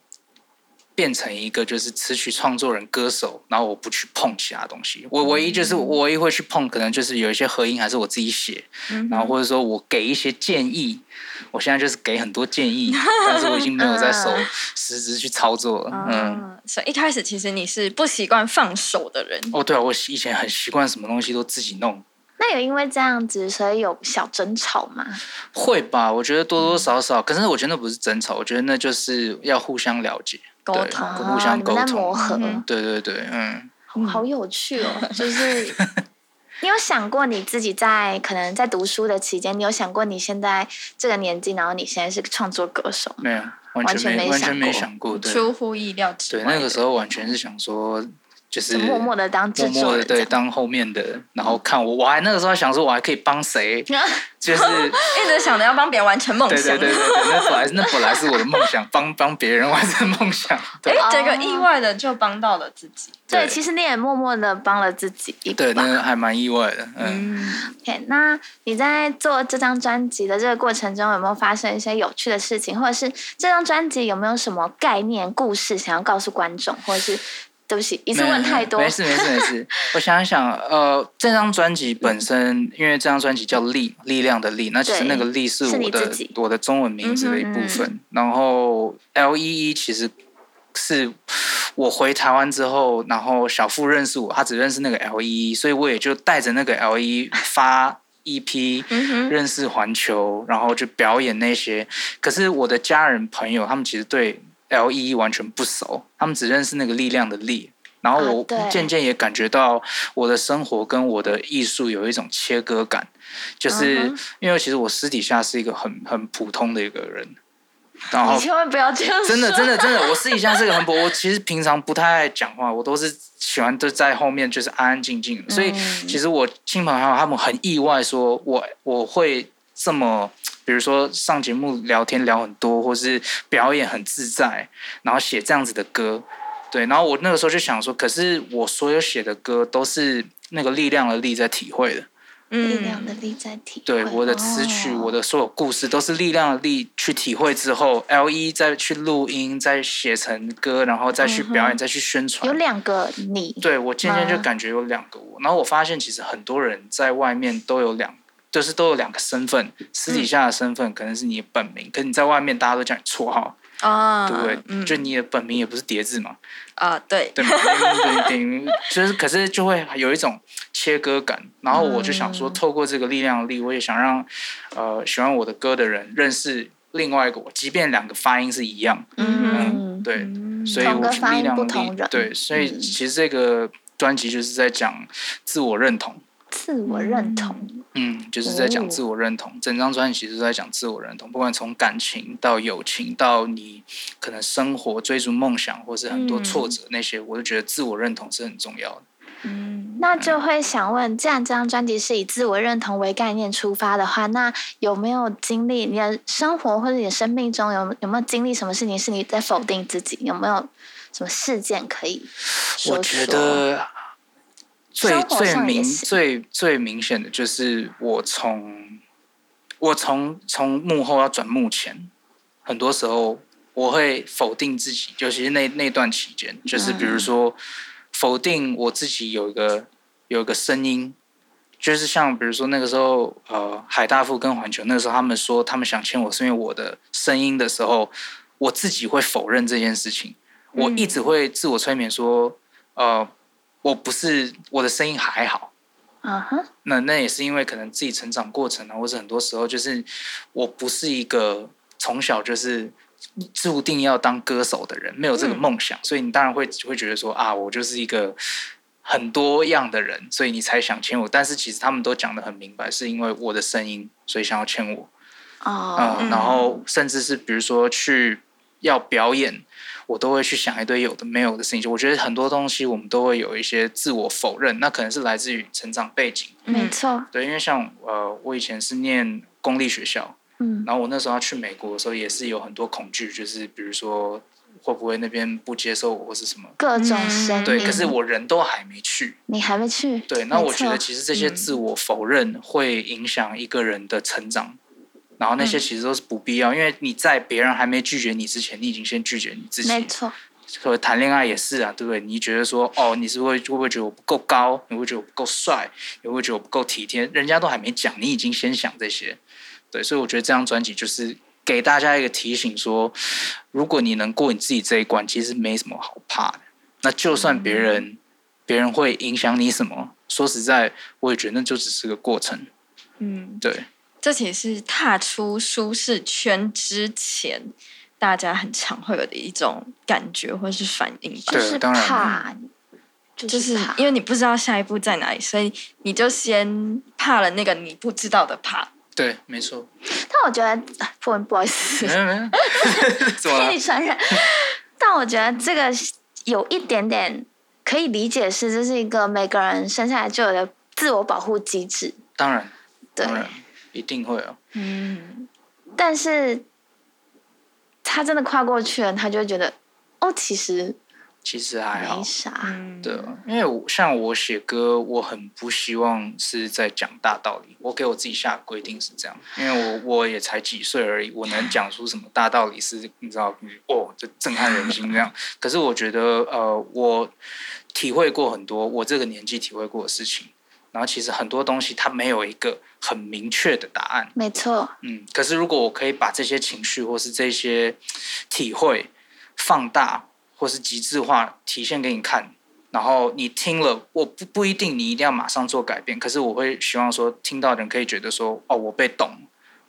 [SPEAKER 4] 变成一个就是词曲创作人、歌手，然后我不去碰其他东西。我唯一就是我唯一会去碰，可能就是有一些合音还是我自己写，然后或者说我给一些建议。我现在就是给很多建议，但是我已经没有在手
[SPEAKER 2] 嗯
[SPEAKER 4] 实质去操作了。嗯，
[SPEAKER 3] 嗯，所以一开始其实你是不习惯放手的人，
[SPEAKER 4] 哦对啊，我以前很习惯什么东西都自己弄。
[SPEAKER 2] 那有因为这样子，所以有小争吵吗？
[SPEAKER 4] 会吧，我觉得多
[SPEAKER 2] 嗯
[SPEAKER 4] 多少少，可是我觉得那不是争吵，我觉得那就是要互相了解。
[SPEAKER 3] 沟
[SPEAKER 4] 对
[SPEAKER 3] 通。
[SPEAKER 4] 不嗯互相
[SPEAKER 2] 啊你
[SPEAKER 4] 沟
[SPEAKER 2] 们在
[SPEAKER 4] 通
[SPEAKER 2] 磨合，
[SPEAKER 3] 嗯
[SPEAKER 4] 对对对，嗯，
[SPEAKER 2] 好有趣
[SPEAKER 4] [laughs]
[SPEAKER 2] 哦！就是你有想过你自己在可能在读书的期间，你有想过你现在这个年纪，然后你现在是个创作歌手吗？
[SPEAKER 4] 没有，完
[SPEAKER 2] 嗯完全
[SPEAKER 4] 全
[SPEAKER 2] 没
[SPEAKER 4] 完全
[SPEAKER 2] 想
[SPEAKER 4] 没
[SPEAKER 2] 过
[SPEAKER 4] 想过，对
[SPEAKER 3] 出乎意料之
[SPEAKER 4] 对，
[SPEAKER 3] 外。
[SPEAKER 4] 那个时，候完全是想说，就是
[SPEAKER 2] 就默默的当制
[SPEAKER 4] 默默
[SPEAKER 2] 作
[SPEAKER 4] 的
[SPEAKER 2] 人这样，嗯
[SPEAKER 4] 对当后面的，然后看我，我还那个时候还想说，我还可以帮
[SPEAKER 2] [laughs]
[SPEAKER 4] 谁，就是
[SPEAKER 3] 一直想着要帮别人完成梦
[SPEAKER 4] 对
[SPEAKER 3] 想
[SPEAKER 4] 对对，对对，那本来是那本来是我的梦想，帮帮别人完成梦想，对
[SPEAKER 3] 哎，这个
[SPEAKER 2] 哦
[SPEAKER 3] 意外的就帮到了自己。
[SPEAKER 2] 对，其实你也默默的帮了自己一把。
[SPEAKER 4] 对，那个还蛮意外的，嗯。
[SPEAKER 3] 嗯，
[SPEAKER 2] OK，那你在做这张专辑的这个过程中，有没有发生一些有趣的事情，或者是这张专辑有没有什么概念、故事想要告诉观众，或者是对不起，一次问太多
[SPEAKER 4] 没，事没事没
[SPEAKER 2] [laughs]
[SPEAKER 4] 事，我想一想，呃，这张专辑本身，因为这张专辑叫力力量的力，那其
[SPEAKER 2] 嗯
[SPEAKER 4] 实
[SPEAKER 2] 对
[SPEAKER 4] 那个力是
[SPEAKER 2] 是你
[SPEAKER 4] 我的
[SPEAKER 2] 自己嗯
[SPEAKER 4] 我的中文名字的一部分。然后 L E E 其实是我回台湾之后，然后小付认识我，他只认识那个 L E E，所以我也就带着那个 L E 发 E EP，、认
[SPEAKER 2] 嗯
[SPEAKER 4] 识环球，然后就表演那些。可是我的家人朋友他们其实对 L E 完全不熟，他们只认识那个力量的力。然后
[SPEAKER 2] 啊
[SPEAKER 4] 我
[SPEAKER 2] 对
[SPEAKER 4] 渐渐也感觉到我的生活跟我的艺术有一种切割感，就是
[SPEAKER 2] 嗯
[SPEAKER 4] 因为其实我私底下是一个很很普通的一个人，然后
[SPEAKER 2] 你千万不要这样说。
[SPEAKER 4] 真的，真的，真的，我私底下是个很博，我其实平常不太爱讲话，我都是喜欢都在后面就是安安静静的。所以
[SPEAKER 2] 嗯
[SPEAKER 4] 其实我亲朋好友他们很意外，说我我会这么，比如说上节目聊天聊很多，或是表演很自在，然后写这样子的歌，对。然后我那个时候就想说，可是我所有写的歌都是那个力量的力在体会的。
[SPEAKER 2] 力量
[SPEAKER 3] 嗯，
[SPEAKER 2] 的力在体
[SPEAKER 4] 对
[SPEAKER 2] 会
[SPEAKER 4] 我的词曲，
[SPEAKER 2] 哦
[SPEAKER 4] 我的所有故事都是力量的力去体会之后，L 一再去录音，再写成歌，然后再去表演，再去宣
[SPEAKER 2] 嗯有
[SPEAKER 4] 传。
[SPEAKER 2] 两个你，
[SPEAKER 4] 对我渐渐就
[SPEAKER 2] 吗
[SPEAKER 4] 感觉有两个我，然后我发现其实很多人在外面都有两，就是都有两个身份，
[SPEAKER 2] 嗯
[SPEAKER 4] 私底下的身份可能是你的本名，可是你在外面大家都叫你绰号，
[SPEAKER 3] 啊，
[SPEAKER 4] 对不对？
[SPEAKER 3] 嗯
[SPEAKER 4] 就你的本名也不是叠字嘛，
[SPEAKER 3] 啊，对，
[SPEAKER 2] [laughs]
[SPEAKER 4] 对对对对，就是可是就会有一种切割感。然后我就想
[SPEAKER 2] 嗯
[SPEAKER 4] 说，透过这个力量的力，我也想让呃喜欢我的歌的人认识另外一个我，即便两个发音是一样，嗯，
[SPEAKER 2] 嗯，
[SPEAKER 4] 对，
[SPEAKER 3] 嗯
[SPEAKER 4] 所以
[SPEAKER 2] 同
[SPEAKER 4] 我
[SPEAKER 2] 个
[SPEAKER 4] 是
[SPEAKER 2] 发
[SPEAKER 4] 力
[SPEAKER 2] 音
[SPEAKER 4] 量
[SPEAKER 2] 不
[SPEAKER 4] 的力
[SPEAKER 2] 同人
[SPEAKER 4] 对，所以
[SPEAKER 2] 嗯
[SPEAKER 4] 其实这个专辑就是在讲自我认同。
[SPEAKER 2] 自我认同，
[SPEAKER 4] 嗯，就是在讲
[SPEAKER 2] 哦
[SPEAKER 4] 自我认同，整张专辑就是在讲自我认
[SPEAKER 2] 嗯
[SPEAKER 4] 同，不管从感情到友情，到你可能生活追逐梦想，或是很多
[SPEAKER 3] 嗯
[SPEAKER 4] 挫折那些，我就觉得自我认同是很重要的。
[SPEAKER 3] 嗯，
[SPEAKER 2] 那就会想问，既然这张专辑是以自我认同为概念出发的话，那有没有经历你的生活或者你的生命中有有没有经历什么事情是你在否定自己？有没有什么事件可以说说？
[SPEAKER 4] 我觉得最
[SPEAKER 2] 生活
[SPEAKER 4] 最
[SPEAKER 2] 上也
[SPEAKER 4] 明
[SPEAKER 2] 行
[SPEAKER 4] 最最明显的就是我从我从从幕后要转幕前，很多时候我会否定自己，尤其是那那段期间，就是比
[SPEAKER 2] 嗯
[SPEAKER 4] 如说、否定我自己有一个有一个声音，就是像比如说那个时候呃海大富跟环球那个时候他们说他们想签我是因为我的声音的时候，我自己会否认这件事情，我
[SPEAKER 2] 嗯
[SPEAKER 4] 一直会自我催眠说呃我不是我的声音还好。
[SPEAKER 2] 嗯哼，
[SPEAKER 4] 那那也是因为可能自己成长过程啊，或者很多时候就是我不是一个从小就是注定要当歌手的人，没有这个梦想，所以你当然会会觉得说啊，我就是一个很多样的人，所以你才想签我。但是其实他们都讲的很明白，是因为我的声音，所以想要签我。
[SPEAKER 2] 哦，
[SPEAKER 4] 嗯，然后甚至是比如说去要表演，我都会去想一堆有的没有的事情。就我觉得很多东西我们都会有一些自我否认，那可能是来自于成长背景。
[SPEAKER 3] 嗯
[SPEAKER 2] 没错，
[SPEAKER 4] 对，因为像呃，我以前是念公立学校，
[SPEAKER 2] 嗯
[SPEAKER 4] 然后我那时候要去美国的时候，也是有很多恐惧，就是比如说会不会那边不接受我或是什么。
[SPEAKER 2] 各种
[SPEAKER 3] 嗯
[SPEAKER 2] 声音，
[SPEAKER 4] 对，可是我人都还没去。
[SPEAKER 2] 你还没去，
[SPEAKER 4] 对，那我觉
[SPEAKER 2] 没错
[SPEAKER 4] 得
[SPEAKER 2] 嗯
[SPEAKER 4] 其实这些自我否认会影响一个人的成长，然后那
[SPEAKER 2] 嗯
[SPEAKER 4] 些其实都是不必要，因为你在别人还没拒绝你之前，你已经先拒绝你自己
[SPEAKER 2] 没
[SPEAKER 4] 了。
[SPEAKER 2] 错，
[SPEAKER 4] 所以谈恋爱也是啊，对不对？你觉得说，哦，你是会会不会觉得我不够高？你会觉得我不够帅？你会觉得我不够体贴？人家都还没讲，你已经先想这些，对。所以我觉得这张专辑就是给大家一个提醒说，如果你能过你自己这一关，其实没什么好怕的。那就算别人、别人会影响你什么，说实在，我也觉得那就只是个过程。
[SPEAKER 3] 嗯，
[SPEAKER 4] 对，
[SPEAKER 3] 这其实是踏出舒适圈之前，大家很常会有的一种感觉或是反应吧。
[SPEAKER 2] 就是
[SPEAKER 4] 对当然
[SPEAKER 2] 怕，就
[SPEAKER 3] 就是
[SPEAKER 2] 是怕 [laughs]
[SPEAKER 3] 因为你不知道下一步在哪里，所以你就先怕了那个你不知道的怕。
[SPEAKER 4] 对，没错。
[SPEAKER 2] 但我觉得， [laughs] 啊不不好意思
[SPEAKER 4] 没，有没有， [laughs] 怎么
[SPEAKER 2] [laughs] 被
[SPEAKER 4] 了
[SPEAKER 2] 你？传染。但我觉得这个有一点点可以理解是，这是一个每个人生下来就有的自我保护机制。
[SPEAKER 4] 当然，
[SPEAKER 2] 对，
[SPEAKER 4] 当然，一定会哦。
[SPEAKER 3] 嗯，
[SPEAKER 2] 但是他真的跨过去了，他就会觉得，哦，其实
[SPEAKER 4] 其实还好嗯
[SPEAKER 2] 没，啥。
[SPEAKER 3] 嗯
[SPEAKER 4] 对，啊因为我像我写歌，我很不希望是在讲大道理。我给我自己下的规定是这样，因为我我也才几岁而已，我能讲出什么大道理是？你知道，哦，就震撼人心这样。可是我觉得，呃，我体会过很多我这个年纪体会过的事情，然后其实很多东西它没有一个很明确的答案。
[SPEAKER 2] 没错，
[SPEAKER 4] 嗯，可是如果我可以把这些情绪或是这些体会放大，或是极致化体现给你看，然后你听了，我不不一定你一定要马上做改变，可是我会希望说，听到的人可以觉得说，哦，我被懂，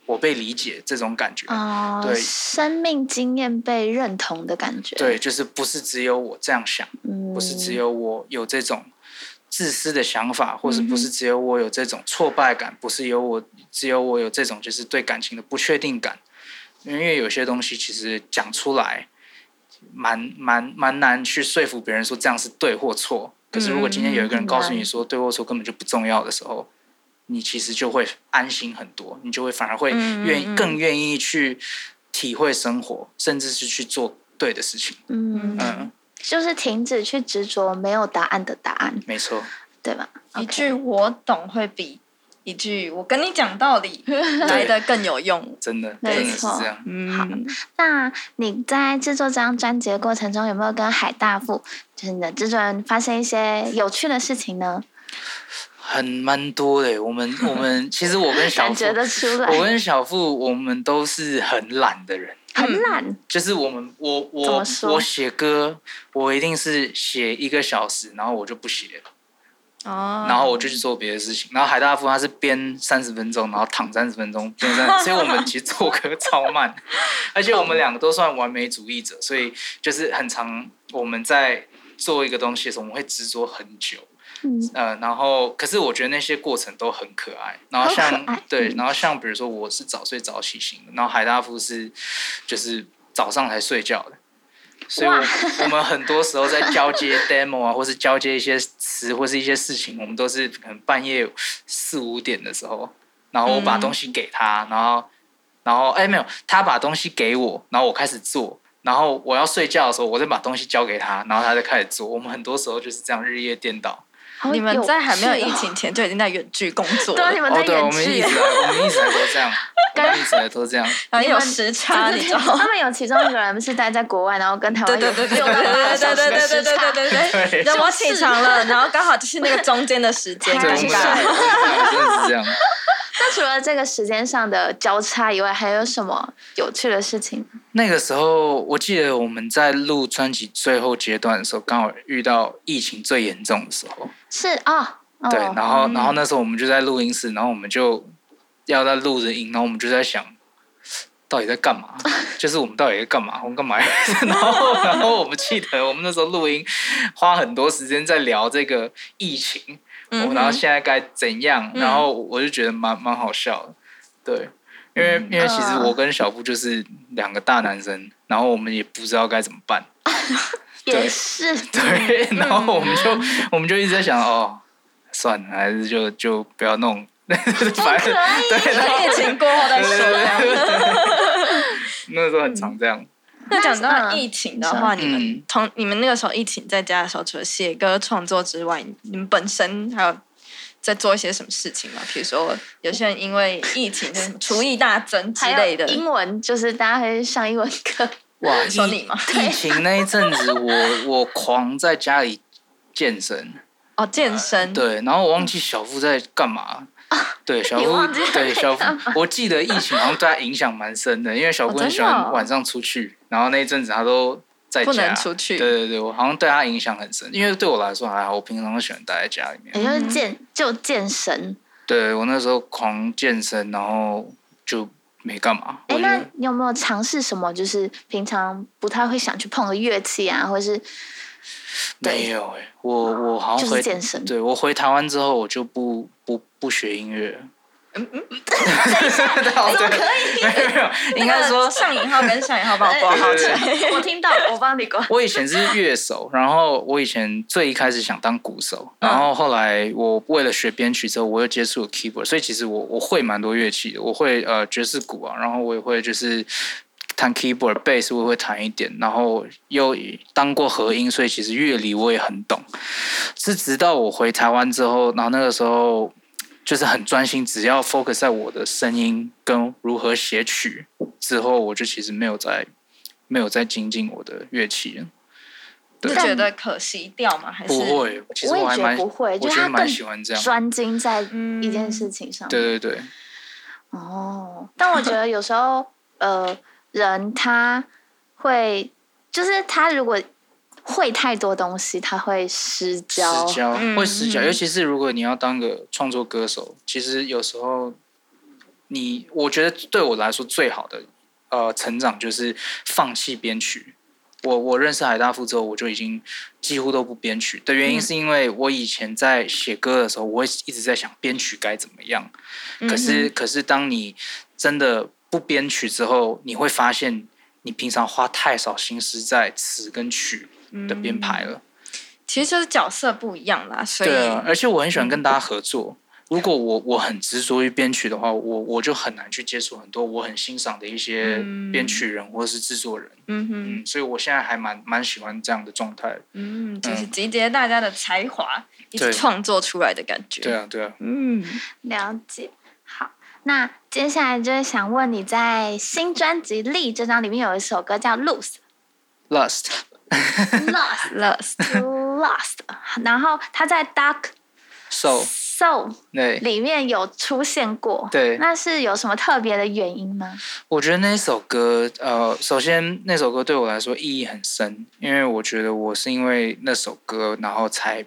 [SPEAKER 4] 我被理解这种感觉。
[SPEAKER 2] 哦、
[SPEAKER 4] 对
[SPEAKER 2] 生命经验被认同的感觉。
[SPEAKER 4] 对，，就是不是只有我这样想，
[SPEAKER 2] 嗯，
[SPEAKER 4] 不是只
[SPEAKER 3] 哦
[SPEAKER 4] 有我有这种自私的想法，或
[SPEAKER 3] 嗯
[SPEAKER 4] 者不是只有我有这种挫败感，不是有我只有我有这种就是对感情的不确定感，因为有些东西其实讲出来蛮蛮蛮难去说服别人说这样是对或错。可是如果今天有一个人
[SPEAKER 2] 嗯
[SPEAKER 4] 告诉你说对或错根本就不重要的时候，你其实就会安心很多，你就会反而会
[SPEAKER 3] 嗯嗯
[SPEAKER 4] 愿意
[SPEAKER 3] 嗯
[SPEAKER 4] 更愿意去体会生活，甚至是去做对的事情。
[SPEAKER 2] 嗯，
[SPEAKER 4] 嗯，
[SPEAKER 2] 就是停止去执着没有答案的答案，
[SPEAKER 4] 没错。
[SPEAKER 2] 对吧？
[SPEAKER 3] 一
[SPEAKER 2] OK
[SPEAKER 3] 句我懂会比一句我跟你讲道理来的更有用。
[SPEAKER 4] 真的，
[SPEAKER 2] 没
[SPEAKER 4] 真的是
[SPEAKER 2] 错
[SPEAKER 4] 这样。
[SPEAKER 3] 嗯，
[SPEAKER 2] 那你在制作这张专辑的过程中，有没有跟海大富，就是你的制作人，发生一些有趣的事情呢？
[SPEAKER 4] 很蛮多的。
[SPEAKER 2] [laughs]
[SPEAKER 4] 我们我们其实我跟小
[SPEAKER 2] 感
[SPEAKER 4] 付
[SPEAKER 2] 觉，得出来，
[SPEAKER 4] 我跟小付，我们都是很懒的人。
[SPEAKER 3] 嗯
[SPEAKER 2] 很懒，
[SPEAKER 4] 就是我们我
[SPEAKER 2] 怎
[SPEAKER 4] 我
[SPEAKER 2] 么说
[SPEAKER 4] 我写歌，我一定是写一个小时，然后我就不写了，
[SPEAKER 3] 哦，
[SPEAKER 4] 然后我就去做别的事情。然后海大富他是编三十分钟，然后躺三十分钟，编
[SPEAKER 2] [laughs]
[SPEAKER 4] 三，所以我们其实做歌超慢，而且我们两个都算完美主义者，所以就是很常我们在做一个东西的时候，我们会执着很久。
[SPEAKER 2] 嗯，
[SPEAKER 4] 呃，然后可是我觉得那些过程都很可爱。然后
[SPEAKER 2] 很可
[SPEAKER 4] 像
[SPEAKER 2] 爱
[SPEAKER 4] 对，
[SPEAKER 2] 嗯
[SPEAKER 4] 然后像比如说我是早睡早起型的，然后海大夫是就是早上才睡觉的，所以我
[SPEAKER 2] 哇
[SPEAKER 4] 我们很多时候在交接 demo 啊，或是交接一些词或是一些事情，我们都是可能半夜四五点的时候，然后我把
[SPEAKER 3] 嗯
[SPEAKER 4] 东西给他，然后然后哎没有，他把东西给我，然后我开始做。然后我要睡觉的时候，我再把东西交给他，然后他再开始做。我们很多时候就是这样日夜颠倒。
[SPEAKER 2] 好
[SPEAKER 3] 你们在还没有
[SPEAKER 2] 有趣
[SPEAKER 3] 疫
[SPEAKER 2] 哦
[SPEAKER 3] 情前就已经在远距工
[SPEAKER 2] [laughs]
[SPEAKER 3] 作
[SPEAKER 2] 对啊，
[SPEAKER 3] 了，
[SPEAKER 2] 你们在
[SPEAKER 4] 哦，对，我
[SPEAKER 2] 远
[SPEAKER 4] 们
[SPEAKER 2] 距
[SPEAKER 4] 一
[SPEAKER 2] 耶
[SPEAKER 4] 直，来，我们一直来都这样，我们一直来都这样。
[SPEAKER 3] 然后
[SPEAKER 2] 你
[SPEAKER 3] 有
[SPEAKER 2] 们
[SPEAKER 3] 时差，你
[SPEAKER 2] 对
[SPEAKER 3] 知
[SPEAKER 2] 对
[SPEAKER 3] 道
[SPEAKER 2] 对，
[SPEAKER 3] 吗？
[SPEAKER 2] 他们有其中一个人是待在国外，然后跟台
[SPEAKER 3] 对
[SPEAKER 2] 湾
[SPEAKER 3] 对
[SPEAKER 2] 有
[SPEAKER 3] 对对
[SPEAKER 2] 六
[SPEAKER 3] 对
[SPEAKER 2] 到八
[SPEAKER 3] 对
[SPEAKER 2] 小
[SPEAKER 3] 对
[SPEAKER 2] 时
[SPEAKER 3] 对
[SPEAKER 2] 的
[SPEAKER 3] 对
[SPEAKER 2] 时差
[SPEAKER 3] 对。对对对，然后我起床了，然后刚好就是那个中间的时间，
[SPEAKER 4] 对，我
[SPEAKER 3] 尴
[SPEAKER 4] 们是，
[SPEAKER 3] 尬。
[SPEAKER 4] 我们真的是这样。
[SPEAKER 2] 那除了这个时间上的交叉以外，还有什么有趣的事情？
[SPEAKER 4] 那个时候，我记得我们在录专辑最后阶段的时候，刚好遇到疫情最严重的时候。
[SPEAKER 2] 是哦，哦
[SPEAKER 4] 对，然后，然后那时候我们就在录音室，然后我们就要在录着音，然后我们就在想，到底在干嘛？ [laughs] 就是我们到底在干嘛？我们干嘛？ [laughs] 然后，然后我们记得我们那时候录音花很多时间在聊这个疫情，
[SPEAKER 3] 嗯
[SPEAKER 4] 我
[SPEAKER 3] 哼
[SPEAKER 4] 然后现在该怎样？
[SPEAKER 3] 嗯
[SPEAKER 4] 然后我就觉得蛮蛮好笑的，对，因为因为其实
[SPEAKER 2] 嗯
[SPEAKER 4] 我跟小布就是两个大男生，然后我们也不知道该怎么办，
[SPEAKER 2] 也
[SPEAKER 4] 对
[SPEAKER 2] 是
[SPEAKER 4] [laughs] 对，然后我们就我们就一直在想，哦，算了，还是就就不要弄， [laughs] 反正对，然后
[SPEAKER 3] 疫情过后再说这样。
[SPEAKER 4] 那时候很常这样，
[SPEAKER 3] [laughs] 那讲到
[SPEAKER 2] 嗯
[SPEAKER 3] 疫情的话，
[SPEAKER 4] 你
[SPEAKER 3] 你
[SPEAKER 4] 说
[SPEAKER 3] 们
[SPEAKER 4] 嗯
[SPEAKER 3] 同你们那个时候疫情在家的时候，除了写歌创作之外，你们本身还有在做一些什么事情吗？比如说，有些人因为疫情就是什么厨艺大增之
[SPEAKER 2] 还
[SPEAKER 3] 类的
[SPEAKER 2] 有，英文，就是大家可以上英文课，
[SPEAKER 4] 哇，
[SPEAKER 3] 说
[SPEAKER 4] 疫
[SPEAKER 3] 你
[SPEAKER 2] [laughs]
[SPEAKER 3] 吗？
[SPEAKER 4] 疫情那一阵子，我我狂在家里健身，
[SPEAKER 3] 哦，健身，
[SPEAKER 4] 对，然后我忘记小夫在干嘛。对小
[SPEAKER 2] 你
[SPEAKER 4] 夫
[SPEAKER 2] 忘记，他
[SPEAKER 4] 对
[SPEAKER 2] 在
[SPEAKER 4] 小夫，我记得疫情好像对他影响蛮深的，因为小夫
[SPEAKER 3] 哦真
[SPEAKER 4] 很
[SPEAKER 3] 的
[SPEAKER 4] 喜欢
[SPEAKER 3] 哦
[SPEAKER 4] 晚上出去，然后那一阵子他都在家，
[SPEAKER 3] 不能出去
[SPEAKER 4] 对对对，我好像对他影响很深，因为对我来说还好，我平常都喜欢待在家里面。
[SPEAKER 2] 也就是健就健身。
[SPEAKER 4] 对我那时候狂健身，然后就没干嘛。
[SPEAKER 2] 哎，
[SPEAKER 4] 我觉
[SPEAKER 2] 那
[SPEAKER 4] 得
[SPEAKER 2] 你有没有尝试什么就是平常不太会想去碰的乐器啊，或是对
[SPEAKER 4] 没有哎、我我好
[SPEAKER 2] 就
[SPEAKER 4] 像
[SPEAKER 2] 是
[SPEAKER 4] 回
[SPEAKER 2] 健身
[SPEAKER 4] 对我回台湾之后，我就不不不学音乐了。 [laughs] 嗯嗯，等一下，可以？没有没有，应该说
[SPEAKER 3] 上引号跟下引号帮我挂号起来。
[SPEAKER 2] 我听到，我帮你管。
[SPEAKER 4] 我以前是乐手，然后我以前最一开始想当鼓手，
[SPEAKER 2] 嗯
[SPEAKER 4] 然后后来我为了学编曲之后，我又接触了 keyboard，所以其实我我会蛮多乐器的，我会呃爵士鼓啊，然后我也会就是弹 keyboard、bass，我也会弹一点，然后又当过和音，所以其实乐理我也很懂。是直到我回台湾之后，然后那个时候就是很专心，只要 focus 在我的声音跟如何写曲之后，我就其实没有再没有再精进我的乐器了。
[SPEAKER 3] 你觉得可惜掉吗？还是
[SPEAKER 4] 不会，其实
[SPEAKER 2] 我也
[SPEAKER 4] 还
[SPEAKER 2] 觉
[SPEAKER 4] 蛮
[SPEAKER 2] 得不会，
[SPEAKER 4] 我
[SPEAKER 2] 就
[SPEAKER 4] 觉
[SPEAKER 2] 是
[SPEAKER 4] 得
[SPEAKER 2] 他
[SPEAKER 4] 蛮
[SPEAKER 2] 更
[SPEAKER 4] 喜欢这样。
[SPEAKER 2] 专精在
[SPEAKER 3] 嗯
[SPEAKER 2] 一件事情上。
[SPEAKER 4] 啊对对对，
[SPEAKER 2] 哦，但我觉得有时候，呃，人他会，就是他如果会太多东西，他会失焦。
[SPEAKER 4] 失焦
[SPEAKER 3] 嗯
[SPEAKER 4] 会失焦，
[SPEAKER 3] 嗯
[SPEAKER 4] 尤其是如果你要当个创作歌手，其实有时候你，我觉得对我来说最好的呃成长就是放弃编曲。我我认识海大富之后，我就已经几乎都不编曲的
[SPEAKER 3] 嗯
[SPEAKER 4] 原因，是因为我以前在写歌的时候，我会一直在想编曲该怎么样。
[SPEAKER 3] 嗯
[SPEAKER 4] 可是，可是当你真的不编曲之后，你会发现你平常花太少心思在词跟曲的编排
[SPEAKER 3] 嗯
[SPEAKER 4] 了。
[SPEAKER 3] 其实就是角色不一样啦，所以
[SPEAKER 4] 对啊，而且我很喜欢跟大家合作。如果我我很执着于编曲的话，我我就很难去接触很多我很欣赏的一些
[SPEAKER 3] 嗯
[SPEAKER 4] 编曲人或是制作人。
[SPEAKER 3] 嗯哼
[SPEAKER 4] 嗯，所以我现在还蛮蛮喜欢这样的状态。
[SPEAKER 3] 嗯，就是集结大家的才华一起
[SPEAKER 4] 对
[SPEAKER 3] 创作出来的感觉。
[SPEAKER 4] 对啊，对啊。
[SPEAKER 3] 嗯，
[SPEAKER 2] 了解，好，那接下来就是想问你在新专辑《力》这张里面有一首歌叫《Lose
[SPEAKER 4] Lust，
[SPEAKER 2] Lost
[SPEAKER 3] 乐
[SPEAKER 2] Lost》，然后它在《Dark
[SPEAKER 4] So，
[SPEAKER 2] Soul》
[SPEAKER 4] 对，
[SPEAKER 2] [laughs] 里面有出现过，
[SPEAKER 4] 对
[SPEAKER 2] 那是有什么特别的原因吗？
[SPEAKER 4] 我觉得那首歌，呃，首先那首歌对我来说意义很深，因为我觉得我是因为那首歌，然后才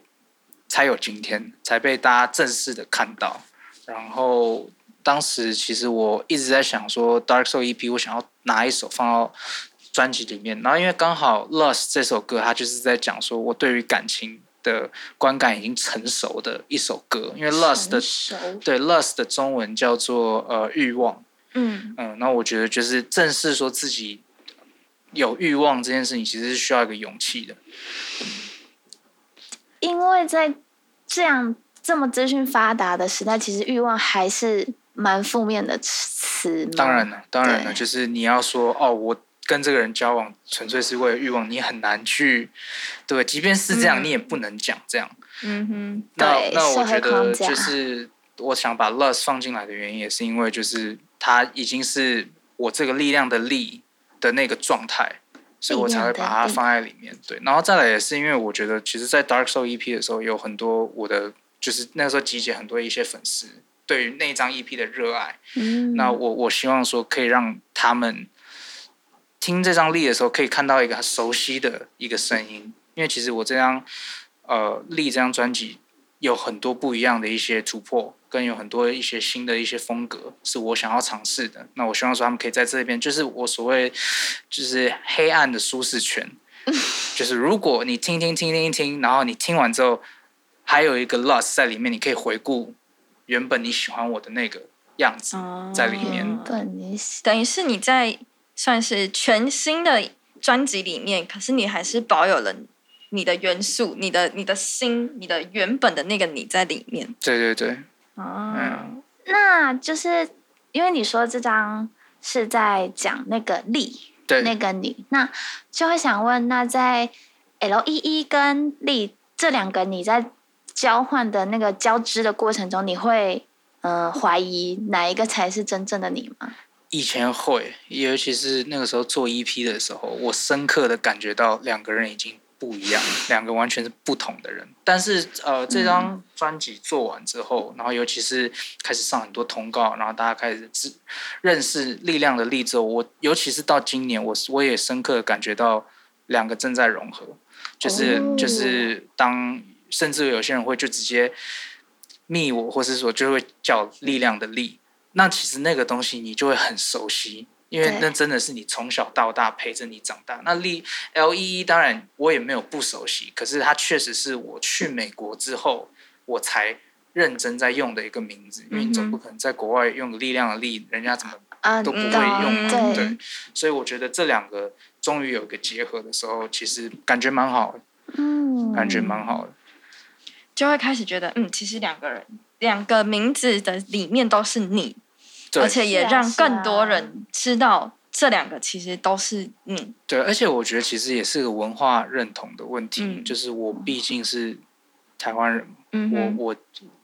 [SPEAKER 4] 才有今天，才被大家正式的看到。然后当时其实我一直在想说，《Dark Soul》EP 我想要拿一首放到专辑里面，然后因为刚好《Lost》这首歌，它就是在讲说我对于感情的观感已经成熟的一首歌，因为《Lost》的
[SPEAKER 2] 熟，
[SPEAKER 4] 对《Lust》的中文叫做呃欲望。
[SPEAKER 3] 嗯
[SPEAKER 4] 嗯，那我觉得就是正视说自己有欲望这件事情，其实是需要一个勇气的。
[SPEAKER 2] 因为在这样这么资讯发达的时代，其实欲望还是蛮负面的词。
[SPEAKER 4] 当然，了，当然了，
[SPEAKER 2] 对
[SPEAKER 4] 就是你要说哦，我跟这个人交往纯粹是为了欲望，你很难去对，即便是这样，
[SPEAKER 3] 嗯
[SPEAKER 4] 你也不能讲这样。
[SPEAKER 3] 嗯哼，
[SPEAKER 4] 那
[SPEAKER 2] 对
[SPEAKER 4] 那我
[SPEAKER 2] 社会
[SPEAKER 4] 觉得
[SPEAKER 2] 框架
[SPEAKER 4] 就是我想把 lust 放进来的原因，也是因为就是它已经是我这个力量的力的那个状态，所以我才会把它放在里面。对，然后再来也是因为我觉得，其实，在 Dark Soul EP 的时候，有很多我的就是那时候集结很多一些粉丝对于那一张 EP 的热爱。
[SPEAKER 2] 嗯
[SPEAKER 4] 那我我希望说可以让他们听这张力的时候，可以看到一个熟悉的一个声音，因为其实我这张呃力这张专辑有很多不一样的一些突破，跟有很多一些新的一些风格是我想要尝试的。那我希望说他们可以在这边，就是我所谓就是黑暗的舒适圈，就是如果你听听听听听，然后你听完之后还有一个 loss 在里面，你可以回顾原本你喜欢我的那个样子。
[SPEAKER 3] 哦
[SPEAKER 4] 在里面
[SPEAKER 2] 原本嗯你喜
[SPEAKER 3] 等于是你在算是全新的专辑里面，可是你还是保有了你的元素、你的你的心、你的原本的那个你在里面
[SPEAKER 4] 对对对，
[SPEAKER 3] 啊。
[SPEAKER 4] 嗯
[SPEAKER 2] 那就是因为你说这张是在讲那个力，
[SPEAKER 4] 对，
[SPEAKER 2] 那个你，那就会想问，那在 L 一一跟力这两个你在交换的那个交织的过程中，你会呃怀疑哪一个才是真正的你吗？
[SPEAKER 4] 以前会，尤其是那个时候做 EP 的时候，我深刻的感觉到两个人已经不一样，两个完全是不同的人。但是呃，这张专辑做完之后，然后尤其是开始上很多通告，然后大家开始知认识力量的力之后，我尤其是到今年，我我也深刻的感觉到两个正在融合，就是、
[SPEAKER 2] 哦
[SPEAKER 4] 就是当甚至有些人会就直接密我，或是说就会叫力量的力，那其实那个东西你就会很熟悉，因为
[SPEAKER 2] 对
[SPEAKER 4] 那真的是你从小到大陪着你长大。那力 L E E 当然我也没有不熟悉，可是它确实是我去美国之后我才认真在用的一个名字，因为你总
[SPEAKER 3] 嗯哼
[SPEAKER 4] 不可能在国外用个力量的力，人家怎么
[SPEAKER 2] 啊，
[SPEAKER 4] 都不会
[SPEAKER 2] 懂
[SPEAKER 4] 用
[SPEAKER 3] 到
[SPEAKER 4] 嘛，
[SPEAKER 2] 对，
[SPEAKER 4] 对，所以我觉得这两个终于有一个结合的时候，其实感觉蛮好的，
[SPEAKER 2] 嗯，
[SPEAKER 4] 感觉蛮好的，
[SPEAKER 3] 就会开始觉得，嗯，其实两个人、两个名字的里面都是你，
[SPEAKER 4] 对
[SPEAKER 3] 而且也
[SPEAKER 2] 是啊
[SPEAKER 3] 让
[SPEAKER 2] 是
[SPEAKER 3] 更
[SPEAKER 2] 啊
[SPEAKER 3] 多人知道这两个其实都是你。
[SPEAKER 4] 对，而且我觉得其实也是个文化认同的问题，
[SPEAKER 3] 嗯
[SPEAKER 4] 就是我毕竟是台湾人，
[SPEAKER 3] 嗯哼，
[SPEAKER 4] 我我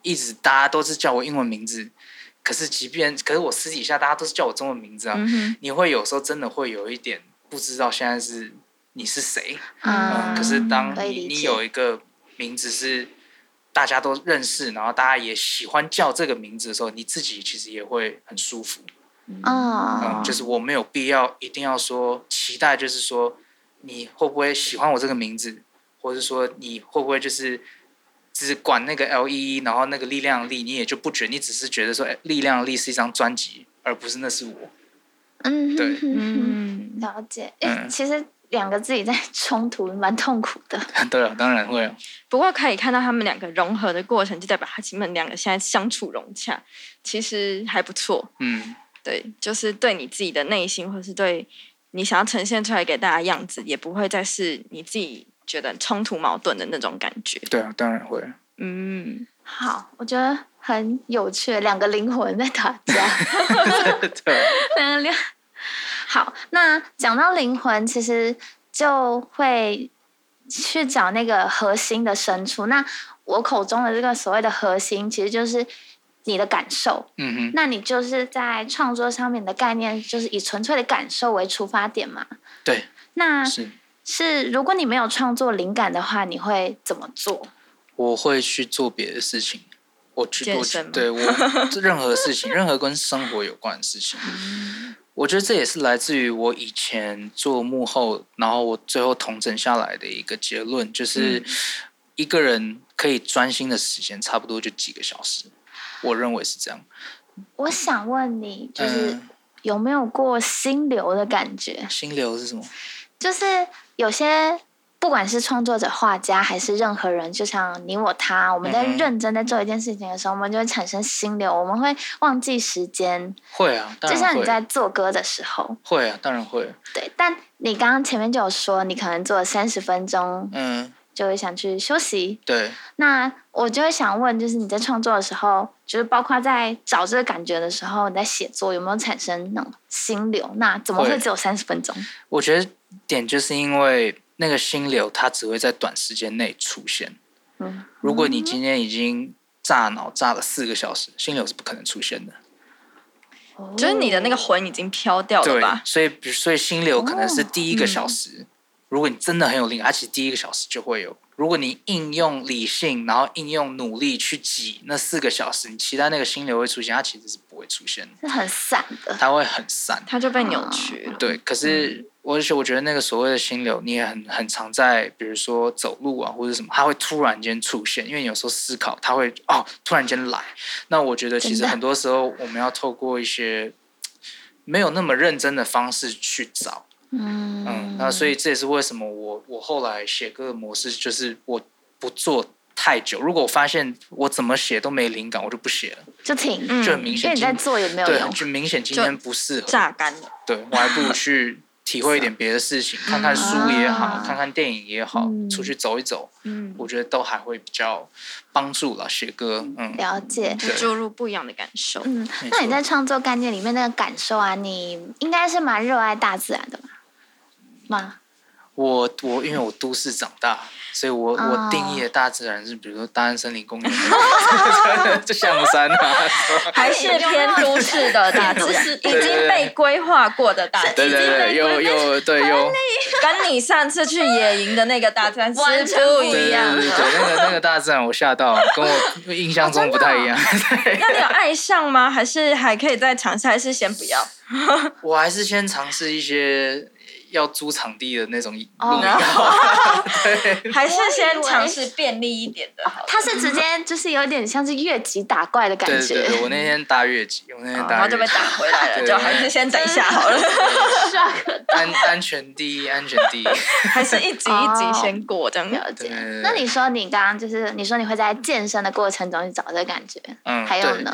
[SPEAKER 4] 一直大家都是叫我英文名字，可是即便可是我私底下大家都是叫我中文名字啊，
[SPEAKER 3] 嗯哼，
[SPEAKER 4] 你会有时候真的会有一点不知道现在是你是谁，
[SPEAKER 2] 啊
[SPEAKER 4] 嗯，可是当
[SPEAKER 2] 可以
[SPEAKER 4] 你
[SPEAKER 2] 理
[SPEAKER 4] 你
[SPEAKER 2] 解
[SPEAKER 4] 有一个名字是大家都认识，然后大家也喜欢叫这个名字的时候，你自己其实也会很舒服。
[SPEAKER 2] 啊
[SPEAKER 4] 嗯，，就是我没有必要一定要说期待，就是说你会不会喜欢我这个名字，或者说你会不会就是只管那个 L E E，然后那个力量的力，你也就不觉，你只是觉得说，哎，力量的力是一张专辑，而不是那是我。
[SPEAKER 2] 嗯，
[SPEAKER 4] 对
[SPEAKER 2] 哼
[SPEAKER 4] [laughs]
[SPEAKER 2] 哼哼
[SPEAKER 3] 嗯，
[SPEAKER 2] 了解。诶
[SPEAKER 4] 嗯
[SPEAKER 2] 其实两个自己在 [laughs] 冲突，蛮痛苦的。
[SPEAKER 4] 对啊，当然会啊。
[SPEAKER 3] 不过可以看到他们两个融合的过程，就代表他们两个现在相处融洽，其实还不错。
[SPEAKER 4] 嗯，
[SPEAKER 3] 对，就是对你自己的内心，或是对你想要呈现出来给大家的样子，也不会再是你自己觉得冲突矛盾的那种感觉。
[SPEAKER 4] 对啊，当然会啊。
[SPEAKER 2] [laughs]
[SPEAKER 3] 嗯，
[SPEAKER 2] 好，我觉得很有趣，两个灵魂在打架。
[SPEAKER 4] 对，啊
[SPEAKER 2] 能量。好，那讲到灵魂，其实就会去找那个核心的深处。那我口中的这个所谓的核心，其实就是你的感受。
[SPEAKER 4] 嗯哼。
[SPEAKER 2] 那你就是在创作上面的概念，就是以纯粹的感受为出发点嘛？
[SPEAKER 4] 对，
[SPEAKER 2] 那
[SPEAKER 4] 是
[SPEAKER 2] 是如果你没有创作灵感的话，你会怎么做？
[SPEAKER 4] 我会去做别的事情。我去，
[SPEAKER 3] 健
[SPEAKER 4] 我去
[SPEAKER 3] 身吗
[SPEAKER 4] 对我任何事情，任何跟生活有关的事情，
[SPEAKER 2] 嗯
[SPEAKER 4] 我觉得这也是来自于我以前做幕后，然后我最后统整下来的一个结论，
[SPEAKER 2] 嗯
[SPEAKER 4] 就是一个人可以专心的时间差不多就几个小时，我认为是这样。
[SPEAKER 2] 我想问你，就是
[SPEAKER 4] 嗯
[SPEAKER 2] 有没有过心流的感觉？
[SPEAKER 4] 心流是什么？
[SPEAKER 2] 就是有些不管是创作者、画家，还是任何人，就像你我他，我们在
[SPEAKER 4] 嗯哼
[SPEAKER 2] 认真在做一件事情的时候，我们就会产生心流，我们会忘记时间，
[SPEAKER 4] 会啊，当
[SPEAKER 2] 就
[SPEAKER 4] 然
[SPEAKER 2] 像你在
[SPEAKER 4] 会，
[SPEAKER 2] 做歌的时候，
[SPEAKER 4] 会啊，当然会。
[SPEAKER 2] 对。但你刚刚前面就有说，你可能做三十分钟
[SPEAKER 4] 嗯，
[SPEAKER 2] 就会想去休息。
[SPEAKER 4] 对，
[SPEAKER 2] 那我就会想问，就是你在创作的时候，就是包括在找这个感觉的时候，你在写作有没有产生那种心流？那怎么会
[SPEAKER 4] 会
[SPEAKER 2] 只有三十分钟？
[SPEAKER 4] 我觉得点就是因为那个心流，它只会在短时间内出现，
[SPEAKER 2] 嗯
[SPEAKER 4] 如果你今天已经炸脑炸了四个小时，心流是不可能出现的。
[SPEAKER 3] 就是你的那个魂已经飘掉了
[SPEAKER 4] 对
[SPEAKER 3] 哦吧？
[SPEAKER 4] 所以比如所以心流可能是第一个小时，如果你真的很有灵感，它其实第一个小时就会有。如果你应用理性，然后应用努力去挤那四个小时，你期待那个心流会出现，它其实是不会出现
[SPEAKER 2] 是
[SPEAKER 4] 的，
[SPEAKER 2] 很散的，
[SPEAKER 4] 它会很散。
[SPEAKER 3] 它就被扭曲了。
[SPEAKER 4] 对，可
[SPEAKER 2] 嗯
[SPEAKER 4] 是而且我觉得那个所谓的心流，你也很很常在，比如说走路啊或者什么，它会突然间出现，因为有时候思考它会哦突然间来。那我觉得其实
[SPEAKER 2] 真的
[SPEAKER 4] 很多时候我们要透过一些没有那么认真的方式去找，
[SPEAKER 2] 嗯
[SPEAKER 4] 嗯，那所以这也是为什么我我后来写歌的模式就是我不做太久，如果我发现我怎么写都没灵感，我就不写了，
[SPEAKER 2] 就停，
[SPEAKER 3] 嗯
[SPEAKER 4] 就很明
[SPEAKER 2] 因为
[SPEAKER 4] 显
[SPEAKER 2] 你
[SPEAKER 4] 今
[SPEAKER 2] 在做也没有
[SPEAKER 4] 对，
[SPEAKER 2] 用，
[SPEAKER 4] 就明显今
[SPEAKER 3] 就
[SPEAKER 4] 天不适合，
[SPEAKER 3] 榨干了，
[SPEAKER 4] 对，我还不如去体会一点别的事
[SPEAKER 2] [laughs]
[SPEAKER 4] 情，看看书也好，
[SPEAKER 2] 啊
[SPEAKER 4] 看看电影也好，
[SPEAKER 2] 嗯
[SPEAKER 4] 出去走一走，
[SPEAKER 3] 嗯，
[SPEAKER 4] 我觉得都还会比较帮助了写歌。嗯，
[SPEAKER 2] 了解。
[SPEAKER 3] 就注入不一样的感受。
[SPEAKER 2] 嗯，
[SPEAKER 4] 没
[SPEAKER 2] 那你
[SPEAKER 4] 错
[SPEAKER 2] 在创作概念里面那个感受啊，你应该是蛮热爱大自然的吧？吗？
[SPEAKER 4] [laughs] 我我因为我都市长大，所以我、
[SPEAKER 2] 哦
[SPEAKER 4] 我定义的大自然是，比如说大安森林公园， [laughs] 这象山啊，
[SPEAKER 3] 还是偏都市的大自然，已
[SPEAKER 4] 对对
[SPEAKER 3] 经被规划过的大自
[SPEAKER 4] 对对
[SPEAKER 3] 然，
[SPEAKER 4] 对，又又对又
[SPEAKER 3] 跟你上次去野营的那个大自然是
[SPEAKER 2] 完全
[SPEAKER 3] 不
[SPEAKER 2] 不
[SPEAKER 4] 对对
[SPEAKER 3] 一样
[SPEAKER 4] 对对，
[SPEAKER 3] 的。
[SPEAKER 4] 对那个那个大自然我吓到，跟我印
[SPEAKER 2] 哦
[SPEAKER 4] 象中不太一样。对，
[SPEAKER 3] 那你有爱上吗？还是还可以再尝试？还是先不要？
[SPEAKER 4] [laughs] 我还是先尝试一些要租场地的那种录音。
[SPEAKER 2] 哦
[SPEAKER 3] [laughs] 还是先
[SPEAKER 2] 我以为
[SPEAKER 3] 尝试便利一点的好了？
[SPEAKER 2] 它是直
[SPEAKER 4] [laughs]
[SPEAKER 2] 接就是有点像是越级打怪的感
[SPEAKER 4] 对
[SPEAKER 2] 觉，哦
[SPEAKER 4] 对对，我那天搭越级，我那天
[SPEAKER 3] 然
[SPEAKER 4] 搭
[SPEAKER 3] 后
[SPEAKER 4] 越
[SPEAKER 3] 就
[SPEAKER 4] 级
[SPEAKER 3] 被，打回来了，
[SPEAKER 4] 对
[SPEAKER 3] 就还是先等一下好了，
[SPEAKER 2] [laughs]
[SPEAKER 4] 安安全第一，安全第一。
[SPEAKER 3] 还是一集一集先过这样。
[SPEAKER 2] 哦了解
[SPEAKER 4] 对对对。
[SPEAKER 2] 那你说你刚刚就是你说你会在健身的过程中去找这个感觉，
[SPEAKER 4] 嗯，
[SPEAKER 2] 还有
[SPEAKER 4] 对
[SPEAKER 2] 呢？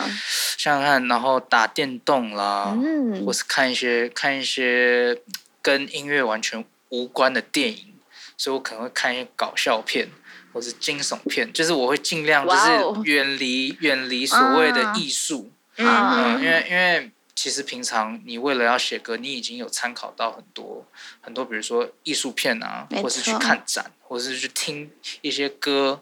[SPEAKER 4] 想想看，然后打电动啦，
[SPEAKER 2] 嗯
[SPEAKER 4] 或，是看一些看一些跟音乐完全无关的电影，所以我可能会看一些搞笑片或是惊悚片，就是我会尽量就
[SPEAKER 2] 哇哦
[SPEAKER 4] 是远离远离所谓的
[SPEAKER 2] 啊
[SPEAKER 4] 艺术，
[SPEAKER 2] 啊
[SPEAKER 4] 嗯，因为因为其实平常你为了要写歌，你已经有参考到很多很多，比如说艺术片啊
[SPEAKER 2] 没，
[SPEAKER 4] 或是去
[SPEAKER 2] 错
[SPEAKER 4] 看展，或是去听一些歌，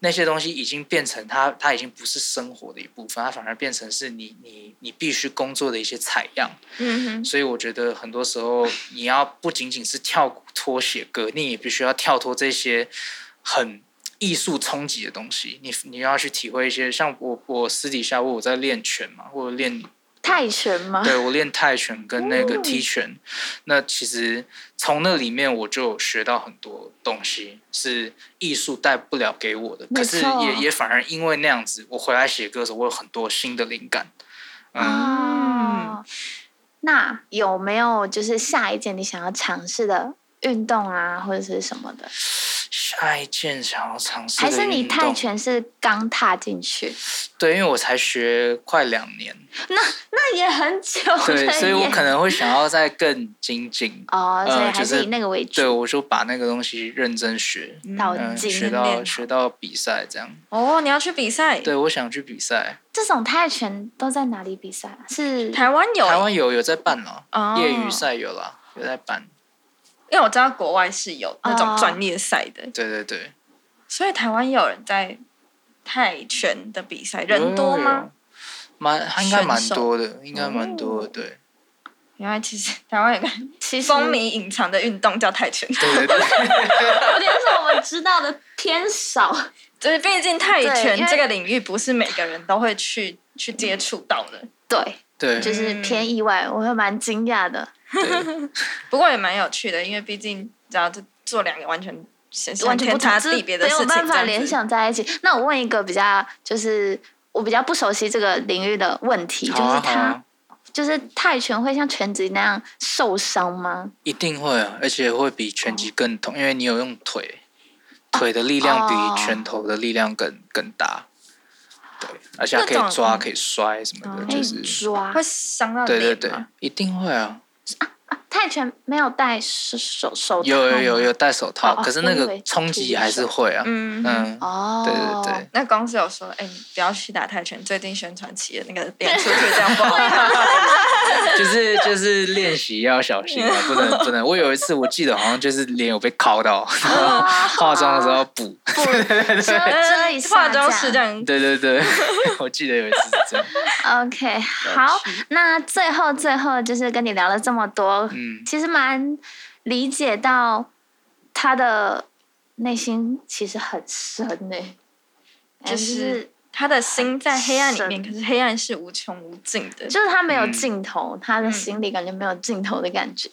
[SPEAKER 4] 那些东西已经变成它，它已经不是生活的一部分，它反而变成是你你你必须工作的一些采样。
[SPEAKER 3] 嗯
[SPEAKER 4] 所以我觉得很多时候你要不仅仅是跳脱写歌，你也必须要跳脱这些很艺术冲击的东西。你你要去体会一些，像我我私底下我有在练拳嘛，或者练
[SPEAKER 2] 泰拳吗？
[SPEAKER 4] 对我练泰拳跟那个
[SPEAKER 2] 哦
[SPEAKER 4] 踢拳，那其实从那里面我就有学到很多东西，是艺术带不了给我的。
[SPEAKER 2] 没
[SPEAKER 4] 可是
[SPEAKER 2] 错
[SPEAKER 4] 也也反而因为那样子，我回来写歌的时候，我有很多新的灵感。嗯，
[SPEAKER 2] 啊，哦那有没有就是下一件你想要尝试的运动啊，或者是什么的？
[SPEAKER 4] 下一件想要尝试的
[SPEAKER 2] 还是你
[SPEAKER 4] 运
[SPEAKER 2] 泰
[SPEAKER 4] 动
[SPEAKER 2] 拳是刚踏进去？
[SPEAKER 4] 对，因为我才学快两
[SPEAKER 2] [laughs]
[SPEAKER 4] 年，
[SPEAKER 2] 那也很久了
[SPEAKER 4] 对，所以我
[SPEAKER 2] 耶
[SPEAKER 4] 可能会想要再更精进。
[SPEAKER 2] 哦，所以
[SPEAKER 4] 呃
[SPEAKER 2] 还
[SPEAKER 4] 就是是
[SPEAKER 2] 以那个为
[SPEAKER 4] 对，
[SPEAKER 2] 主。
[SPEAKER 4] 我就把那个东西认真学，
[SPEAKER 3] 哼，
[SPEAKER 2] 到
[SPEAKER 4] 嗯，
[SPEAKER 2] 精啊
[SPEAKER 4] 学
[SPEAKER 3] 炼好
[SPEAKER 4] 到学到比赛这样。
[SPEAKER 3] 哦，你要去比赛？
[SPEAKER 4] 对，我想去比赛，
[SPEAKER 2] 这种泰拳都在哪里比赛啊？是
[SPEAKER 3] 台湾有
[SPEAKER 4] 台湾有有在办了，
[SPEAKER 3] 哦
[SPEAKER 4] 业余赛有啦，有在办。
[SPEAKER 3] 因为我知道国外是有那
[SPEAKER 2] 哦
[SPEAKER 3] 种专业赛的，
[SPEAKER 4] 对对对，
[SPEAKER 3] 所以台湾有人在泰拳的比赛，人
[SPEAKER 4] 有？
[SPEAKER 3] 多
[SPEAKER 4] 有有
[SPEAKER 3] 吗？
[SPEAKER 4] 蛮，它应该蛮
[SPEAKER 3] 选手
[SPEAKER 4] 多的，应该蛮多的。对，
[SPEAKER 3] 原来其实台湾有个
[SPEAKER 2] 其实
[SPEAKER 3] 风靡隐藏的运动叫泰拳，
[SPEAKER 4] 对对
[SPEAKER 2] [laughs]
[SPEAKER 4] 对，
[SPEAKER 2] 有点是我们知道的偏少。
[SPEAKER 3] 就是毕竟泰
[SPEAKER 2] 对因
[SPEAKER 3] 拳
[SPEAKER 2] 为
[SPEAKER 3] 这个领域不是每个人都会去去接触到的，
[SPEAKER 2] 对，
[SPEAKER 3] [laughs]
[SPEAKER 4] 对啊
[SPEAKER 2] 就
[SPEAKER 4] 对
[SPEAKER 2] 是偏意外，我会蛮惊讶的。
[SPEAKER 4] 对
[SPEAKER 3] 不过也蛮有趣的，因为毕竟你知道这做两个完全显
[SPEAKER 2] 完全
[SPEAKER 3] 天
[SPEAKER 2] 不同
[SPEAKER 3] 差
[SPEAKER 2] 就是
[SPEAKER 3] 地别的
[SPEAKER 2] 没
[SPEAKER 3] 事
[SPEAKER 2] 有
[SPEAKER 3] 情，
[SPEAKER 2] 办
[SPEAKER 3] 这
[SPEAKER 2] 法
[SPEAKER 3] 样子
[SPEAKER 2] 联。想在一起。那我问一个比较，就是我比较不熟悉这个领域的问题，就
[SPEAKER 4] 好啊
[SPEAKER 2] 是
[SPEAKER 4] 好
[SPEAKER 2] 他、
[SPEAKER 4] 啊，
[SPEAKER 2] 就是泰拳会像拳击那样受伤吗？
[SPEAKER 4] 一定会啊，而且会比拳击更痛，因为你有用腿，腿的力量
[SPEAKER 2] 哦
[SPEAKER 4] 比拳头的力量更更大。对，而且还可
[SPEAKER 3] 那种
[SPEAKER 4] 以抓、
[SPEAKER 3] 嗯
[SPEAKER 4] 可以摔什么的，
[SPEAKER 3] 哦哎
[SPEAKER 2] 可
[SPEAKER 4] 就
[SPEAKER 2] 以
[SPEAKER 4] 是
[SPEAKER 2] 抓
[SPEAKER 3] 会伤到
[SPEAKER 4] 对对
[SPEAKER 3] 脸
[SPEAKER 4] 对
[SPEAKER 3] 吗？，
[SPEAKER 4] 一定会啊。
[SPEAKER 2] 泰拳没有戴手手手套
[SPEAKER 4] 有有有
[SPEAKER 2] 吗
[SPEAKER 4] 有戴手套，
[SPEAKER 2] 哦哦
[SPEAKER 4] 可是
[SPEAKER 2] 我
[SPEAKER 4] 那
[SPEAKER 2] 以为
[SPEAKER 4] 个冲击还是会啊。
[SPEAKER 3] 嗯
[SPEAKER 4] 嗯，
[SPEAKER 2] 哦，
[SPEAKER 4] 对对对。
[SPEAKER 3] 那公司有说，哎、你
[SPEAKER 2] 啊
[SPEAKER 3] 不要去打泰拳，最近宣传期的那个脸出去这样不好看。
[SPEAKER 4] 就是就是练习要小心啊，不
[SPEAKER 2] [laughs]
[SPEAKER 4] 能不能。我有一次我记得好像就是脸有被烤到，
[SPEAKER 2] 啊
[SPEAKER 4] 化妆的时候要补。
[SPEAKER 2] 遮一下
[SPEAKER 3] 化妆师这
[SPEAKER 2] 这样
[SPEAKER 3] 样，
[SPEAKER 4] 对对对，我记得有一次是这样。
[SPEAKER 2] OK，好，那最后最后就是跟你聊了这么多，
[SPEAKER 4] 嗯，
[SPEAKER 2] 其实蛮理解到他的内心其实很深呢、哎
[SPEAKER 3] 就
[SPEAKER 2] 就是是
[SPEAKER 3] 他的心在黑暗里面，
[SPEAKER 2] 神
[SPEAKER 3] 可是黑暗是无穷无尽的。
[SPEAKER 2] 就是他没有
[SPEAKER 4] 嗯
[SPEAKER 2] 尽头，他的心里感觉没有尽头的感觉。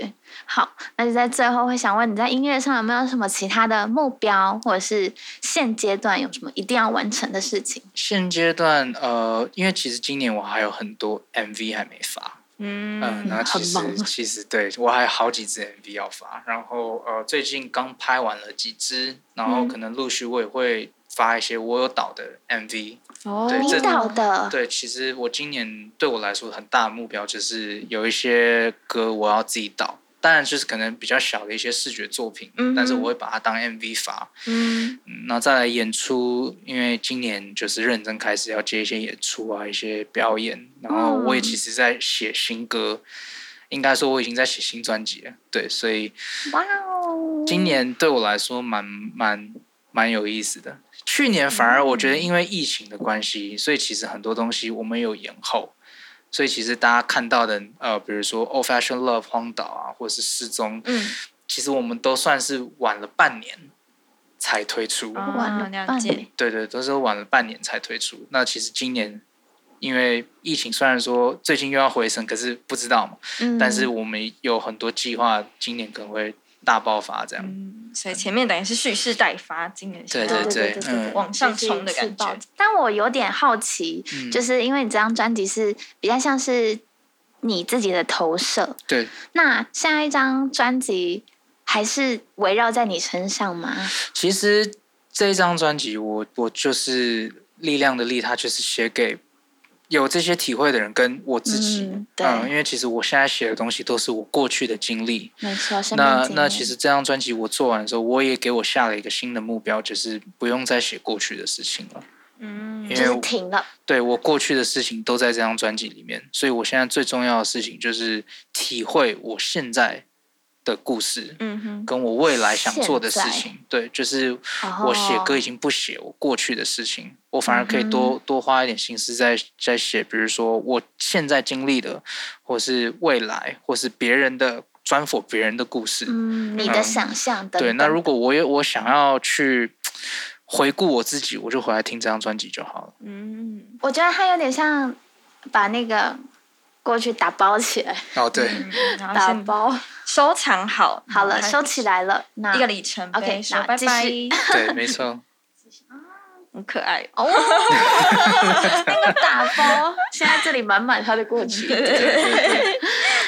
[SPEAKER 2] 好，那就在最后会想问你在音乐上有没有什么其他的目标，或者是现阶段有什么一定要完成的事情？
[SPEAKER 4] 现阶段呃，因为其实今年我还有很多 MV 还没发，嗯，
[SPEAKER 3] 嗯，
[SPEAKER 4] 然后其
[SPEAKER 2] 很
[SPEAKER 4] 实
[SPEAKER 2] 忙
[SPEAKER 4] 其实对我还有好几支 MV 要发，然后呃最近刚拍完了几支，然后
[SPEAKER 2] 嗯
[SPEAKER 4] 可能陆续我也会发一些我有导的 MV。
[SPEAKER 3] 哦
[SPEAKER 4] 对这
[SPEAKER 2] 你导的，
[SPEAKER 4] 对，其实我今年对我来说很大的目标就是有一些歌我要自己导，当然就是可能比较小的一些视觉作品，
[SPEAKER 3] 嗯哼
[SPEAKER 4] 但是我会把它当 MV 发。
[SPEAKER 3] 嗯，
[SPEAKER 4] 嗯，那再来演出，因为今年就是认真开始要接一些演出啊，一些表演。然后我也
[SPEAKER 2] 嗯
[SPEAKER 4] 其实在写新歌，应该说我已经在写新专辑了。对，所以
[SPEAKER 2] 哇哦！
[SPEAKER 4] 今年对我来说蛮蛮蛮有意思的。去年反而我觉得因为疫情的关
[SPEAKER 2] 嗯
[SPEAKER 4] 系，所以其实很多东西我们有延后。所以其实大家看到的，呃，比如说《Old Fashion Love》荒岛啊，或者是失踪，
[SPEAKER 3] 嗯，
[SPEAKER 4] 其实我们都算是晚了半年才推出。
[SPEAKER 3] 啊
[SPEAKER 2] 晚了
[SPEAKER 3] 了
[SPEAKER 2] 半
[SPEAKER 3] 解
[SPEAKER 2] 年
[SPEAKER 4] 对对，都是晚了半年才推出。那其实今年因为疫情，虽然说最近又要回升，可是不知道嘛。
[SPEAKER 2] 嗯
[SPEAKER 4] 但是我们有很多计划，今年可能会大爆发这样。
[SPEAKER 3] 嗯，所以前面等于是蓄势待发，今年
[SPEAKER 4] 对
[SPEAKER 2] 对
[SPEAKER 4] 对
[SPEAKER 2] 对
[SPEAKER 4] 对
[SPEAKER 2] 对
[SPEAKER 4] 嗯
[SPEAKER 2] 对，
[SPEAKER 3] 往上冲的感觉。
[SPEAKER 2] 但我有点好奇，
[SPEAKER 4] 嗯
[SPEAKER 2] 就是因为你这张专辑是比较像是你自己的投射，
[SPEAKER 4] 对，
[SPEAKER 2] 那下一张专辑还是围绕在你身上吗？
[SPEAKER 4] 其实这一张专辑我，我就是力量的力，它就是写给有这些体会的人跟我自己。
[SPEAKER 2] 嗯
[SPEAKER 4] 嗯，
[SPEAKER 2] 对
[SPEAKER 4] 因为其实我现在写的东西都是我过去的经历，
[SPEAKER 2] 没错，生命
[SPEAKER 4] 那
[SPEAKER 2] 经
[SPEAKER 4] 那
[SPEAKER 2] 验
[SPEAKER 4] 其实这张专辑我做完的时候，我也给我下了一个新的目标，就是不用再写过去的事情了。
[SPEAKER 3] 嗯
[SPEAKER 4] 因
[SPEAKER 2] 就
[SPEAKER 4] 为
[SPEAKER 2] 是停了，
[SPEAKER 4] 对我过去的事情都在这张专辑里面，所以我现在最重要的事情就是体会我现在的故事，
[SPEAKER 3] 嗯哼，
[SPEAKER 4] 跟我未来想做的事
[SPEAKER 2] 现在
[SPEAKER 4] 情。对，就是我写
[SPEAKER 2] 哦
[SPEAKER 4] 歌已经不写我过去的事情，我反而
[SPEAKER 2] 嗯
[SPEAKER 4] 可以多、多花一点心思在在写，比如说我现在经历的，或是未来，或是别人的专访别人的故事。
[SPEAKER 2] 嗯，你
[SPEAKER 4] 嗯
[SPEAKER 2] 的想象等等。
[SPEAKER 4] 对，那如果我有我想要去回顾我自己，我就回来听这张专辑就好了。
[SPEAKER 3] 嗯，
[SPEAKER 2] 我觉得它有点像把那个过去打包起来，
[SPEAKER 4] 哦，对 [laughs]
[SPEAKER 3] 嗯，然后
[SPEAKER 2] 打
[SPEAKER 3] 先
[SPEAKER 2] 包
[SPEAKER 3] 收藏好，
[SPEAKER 2] 好了，
[SPEAKER 3] 然后
[SPEAKER 2] 收起来了。那
[SPEAKER 3] 一个里程
[SPEAKER 2] OK，
[SPEAKER 3] 碑，说
[SPEAKER 2] 那
[SPEAKER 3] 拜
[SPEAKER 2] 继
[SPEAKER 3] 拜，
[SPEAKER 4] 对，没错，
[SPEAKER 3] [laughs] 很可爱。
[SPEAKER 2] 哦，那个打包，现在这里满满他的过去。
[SPEAKER 4] 对对对，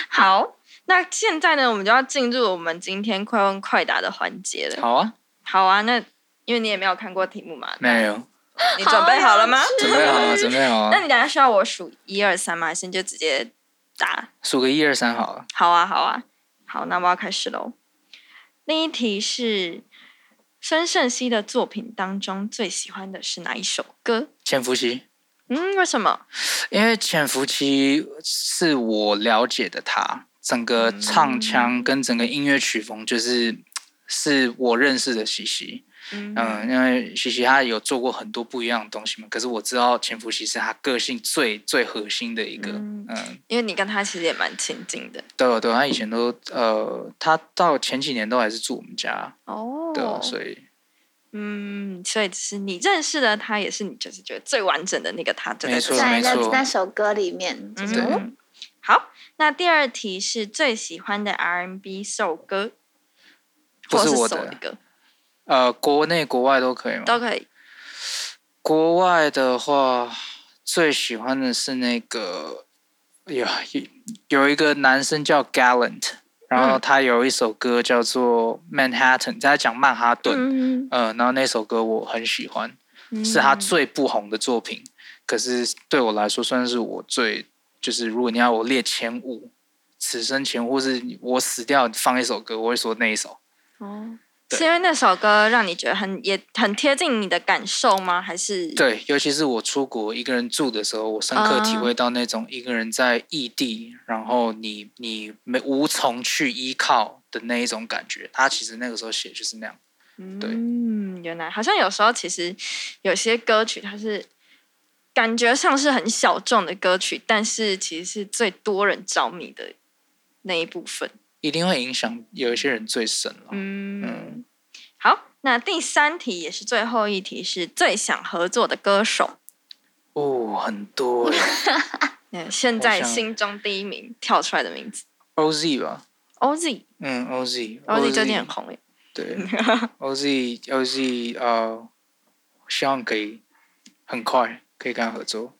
[SPEAKER 3] 好，那现在呢，我们就要进入我们今天快问快答的环节
[SPEAKER 2] [laughs]
[SPEAKER 3] 了。
[SPEAKER 4] 好啊，
[SPEAKER 3] 好啊，那因为你也没有看过题目嘛，
[SPEAKER 4] 没有，
[SPEAKER 3] 你准备好了吗？
[SPEAKER 4] 准备好了，准备好
[SPEAKER 3] 那
[SPEAKER 4] 了，
[SPEAKER 3] 你等一下需要我数一二三吗？还是你就直接答？
[SPEAKER 4] 数个一二三好了。
[SPEAKER 3] 好啊，好啊，好，那我要开始喽。第一题是孙盛熙的作品当中最喜欢的是哪一首歌？
[SPEAKER 4] 潜伏期，
[SPEAKER 3] 嗯，为什么？
[SPEAKER 4] 因为潜伏期是我了解的他，整个唱腔跟整个音乐曲风就是。是我认识的西西，
[SPEAKER 3] 嗯
[SPEAKER 4] 嗯，因为西西他有做过很多不一样的东西嘛，可是我知道潜伏期是他个性最最核心的一个，
[SPEAKER 3] 嗯
[SPEAKER 4] 嗯，
[SPEAKER 3] 因为你跟他其实也蛮亲近的
[SPEAKER 4] 对哦对哦，他以前都呃，他到前几年都还是住我们家，
[SPEAKER 3] 哦
[SPEAKER 4] 对哦，所以
[SPEAKER 3] 嗯，所以只是你认识的他，也是你就是觉得最完整的那个他，就在
[SPEAKER 4] 没
[SPEAKER 3] 这
[SPEAKER 4] 错
[SPEAKER 3] 里。
[SPEAKER 2] 在那
[SPEAKER 4] 没错
[SPEAKER 2] 那首歌里面，就是
[SPEAKER 4] 对
[SPEAKER 2] 嗯
[SPEAKER 3] 嗯，好，那第二题是最喜欢的 R&B 首歌，
[SPEAKER 4] 不是
[SPEAKER 3] 或
[SPEAKER 4] 我
[SPEAKER 3] 是
[SPEAKER 4] 的
[SPEAKER 3] 首歌
[SPEAKER 4] 呃，国内国外都可以吗？
[SPEAKER 3] 都可以。
[SPEAKER 4] 国外的话，最喜欢的是那个有有一个男生叫 Gallant，然后
[SPEAKER 3] 嗯
[SPEAKER 4] 他有一首歌叫做 Manhattan，在讲曼哈顿，
[SPEAKER 3] 嗯，
[SPEAKER 4] 嗯，然后那首歌我很喜欢。
[SPEAKER 3] 嗯
[SPEAKER 4] 是他最不红的作品，可是对我来说算是我最就是如果你要我列前五，此生前五或是我死掉放一首歌，我会说那一首。
[SPEAKER 3] 哦，
[SPEAKER 4] 对
[SPEAKER 3] 是因为那首歌让你觉得很也很贴近你的感受吗？还是
[SPEAKER 4] 对，尤其是我出国一个人住的时候，我深刻体
[SPEAKER 3] 啊
[SPEAKER 4] 会到那种一个人在异地，然后你你没无从去依靠的那一种感觉。他其实那个时候写就是那样，对
[SPEAKER 3] 嗯，原来好像有时候其实有些歌曲它是感觉上是很小众的歌曲，但是其实是最多人着迷的那一部分。哦
[SPEAKER 4] 一定会影响有一些人最深了。
[SPEAKER 3] 嗯，好，那第三题也是最后一题是最想合作的歌手。
[SPEAKER 4] 哦，很多耶
[SPEAKER 3] 嗯，现在
[SPEAKER 4] 想
[SPEAKER 3] 心中第一名跳出来的名字
[SPEAKER 4] OZ 吧，
[SPEAKER 3] ，OZ，OZ
[SPEAKER 4] 嗯，OZ，OZ
[SPEAKER 3] 最近很红耶。
[SPEAKER 4] 对，OZ OZ 呃，希望可以很快可以跟他合作。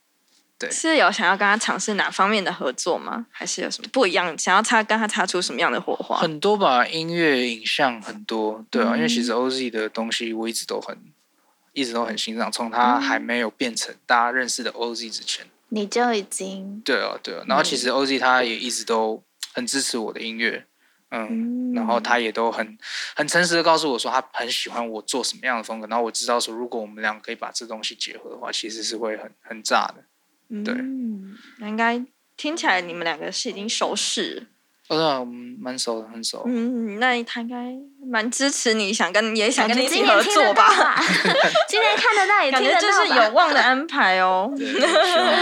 [SPEAKER 4] 对
[SPEAKER 3] 是有想要跟他尝试哪方面的合作吗？还是有什么不一样？想要擦跟他擦出什么样的火花？
[SPEAKER 4] 很多吧，音乐、影像很多，对啊，因为其实 OZ 的东西我一直都很，一直都很欣赏，从他还没有变成大家认识的 OZ 之前，
[SPEAKER 2] 你就已经
[SPEAKER 4] 对啊，对啊，然后其实 OZ 他也一直都很支持我的音乐，嗯，然后他也都很很诚实的告诉我说他很喜欢我做什么样的风格，然后我知道说如果我们俩可以把这东西结合的话，其实是会很很炸的。对
[SPEAKER 3] 嗯，那应该听起来你们两个是已经熟识了。
[SPEAKER 4] 哦，对啊，我们蛮熟的，很熟。
[SPEAKER 3] 嗯，那他应该蛮支持你，想跟也想
[SPEAKER 2] 感
[SPEAKER 3] 跟你
[SPEAKER 2] 觉
[SPEAKER 3] 一
[SPEAKER 2] 今
[SPEAKER 3] 起
[SPEAKER 2] 年
[SPEAKER 3] 合
[SPEAKER 2] 听得到
[SPEAKER 3] 作吧？
[SPEAKER 2] 吧， [laughs] 今年看得到也
[SPEAKER 3] [laughs] 感
[SPEAKER 2] 听得
[SPEAKER 3] 觉
[SPEAKER 2] 到
[SPEAKER 3] 就是
[SPEAKER 2] 吧
[SPEAKER 3] 有望的安排 [laughs] 哦。
[SPEAKER 4] 对，希望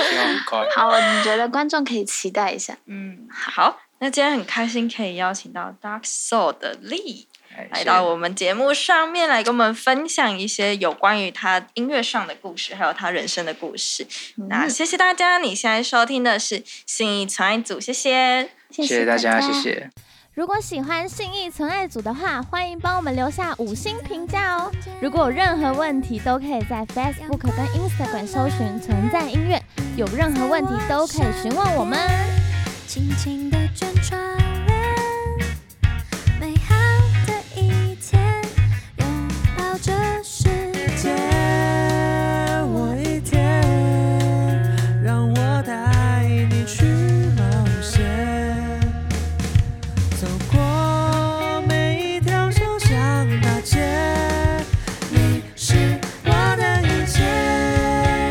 [SPEAKER 4] 希望很 [laughs] 快。
[SPEAKER 2] 好，我觉得观众可以期待一下。
[SPEAKER 3] 嗯，好，那今天很开心可以邀请到 Dark Soul 的 Lee
[SPEAKER 4] 哎
[SPEAKER 3] 来
[SPEAKER 4] 谢
[SPEAKER 3] 到
[SPEAKER 4] 谢
[SPEAKER 3] 我们节目上面来跟我们分享一些有关于他音乐上的故事，还有他人生的故事。那谢谢大家，你现在收听的是信义传爱组，谢谢。
[SPEAKER 1] 谢
[SPEAKER 4] 谢谢大家，谢。谢。
[SPEAKER 5] 如果喜欢信义存爱组的话，欢迎帮我们留下五星评价哦。如果有任何问题，都可以在 Facebook 跟 Instagram 搜寻“存在音乐”，有任何问题都可以询问我们。
[SPEAKER 1] 轻轻地卷窗帘，美好的一天，拥抱这世界。
[SPEAKER 6] 借我一天，让我带你去冒险，走过每一条小巷大街，你是我的一切。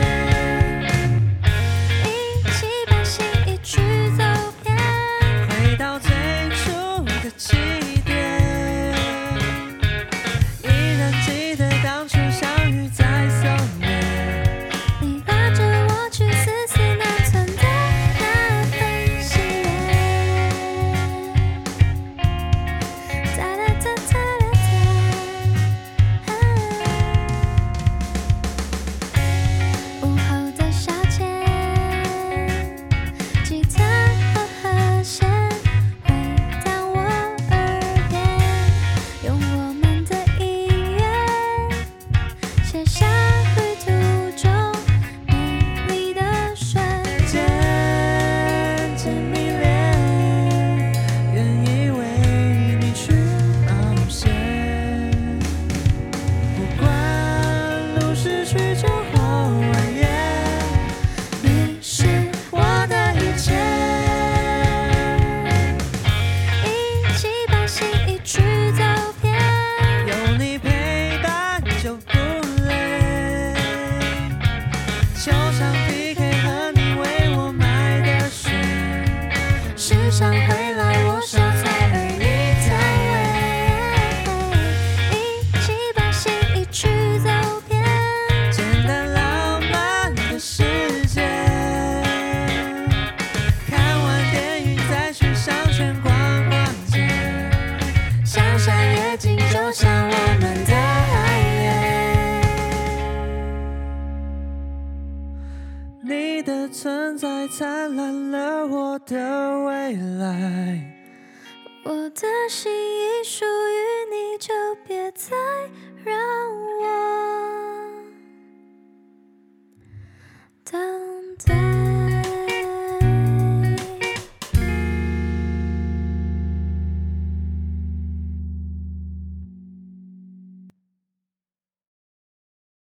[SPEAKER 1] 一起把心意去走遍，
[SPEAKER 6] 回到最初的起点，依然记得当初相遇在松烟。
[SPEAKER 1] 你拉着我去思思那存在那份喜悦。哒啦哒哒啦哒，午后的小街，吉他和和弦回到我耳边，用我们的音乐。写下旅途中美丽的瞬
[SPEAKER 6] 渐
[SPEAKER 1] 间。
[SPEAKER 6] 渐迷恋，愿意为你去冒险。不管路是曲折或蜿蜒，
[SPEAKER 1] 你是
[SPEAKER 6] 我的一切。
[SPEAKER 1] 一起把心意去走遍，
[SPEAKER 6] 有你陪伴就不累。球场 PK 和你为我买的水，
[SPEAKER 1] 时常回来我手菜，而你在尾。一起把心意去走遍，
[SPEAKER 6] 简单浪漫的世界。看完电影再去商圈逛逛街，
[SPEAKER 1] 想象夜景就像我们的爱恋。
[SPEAKER 6] 你的存在灿烂了我的未来。
[SPEAKER 1] 我的心已属于你，就别再让我等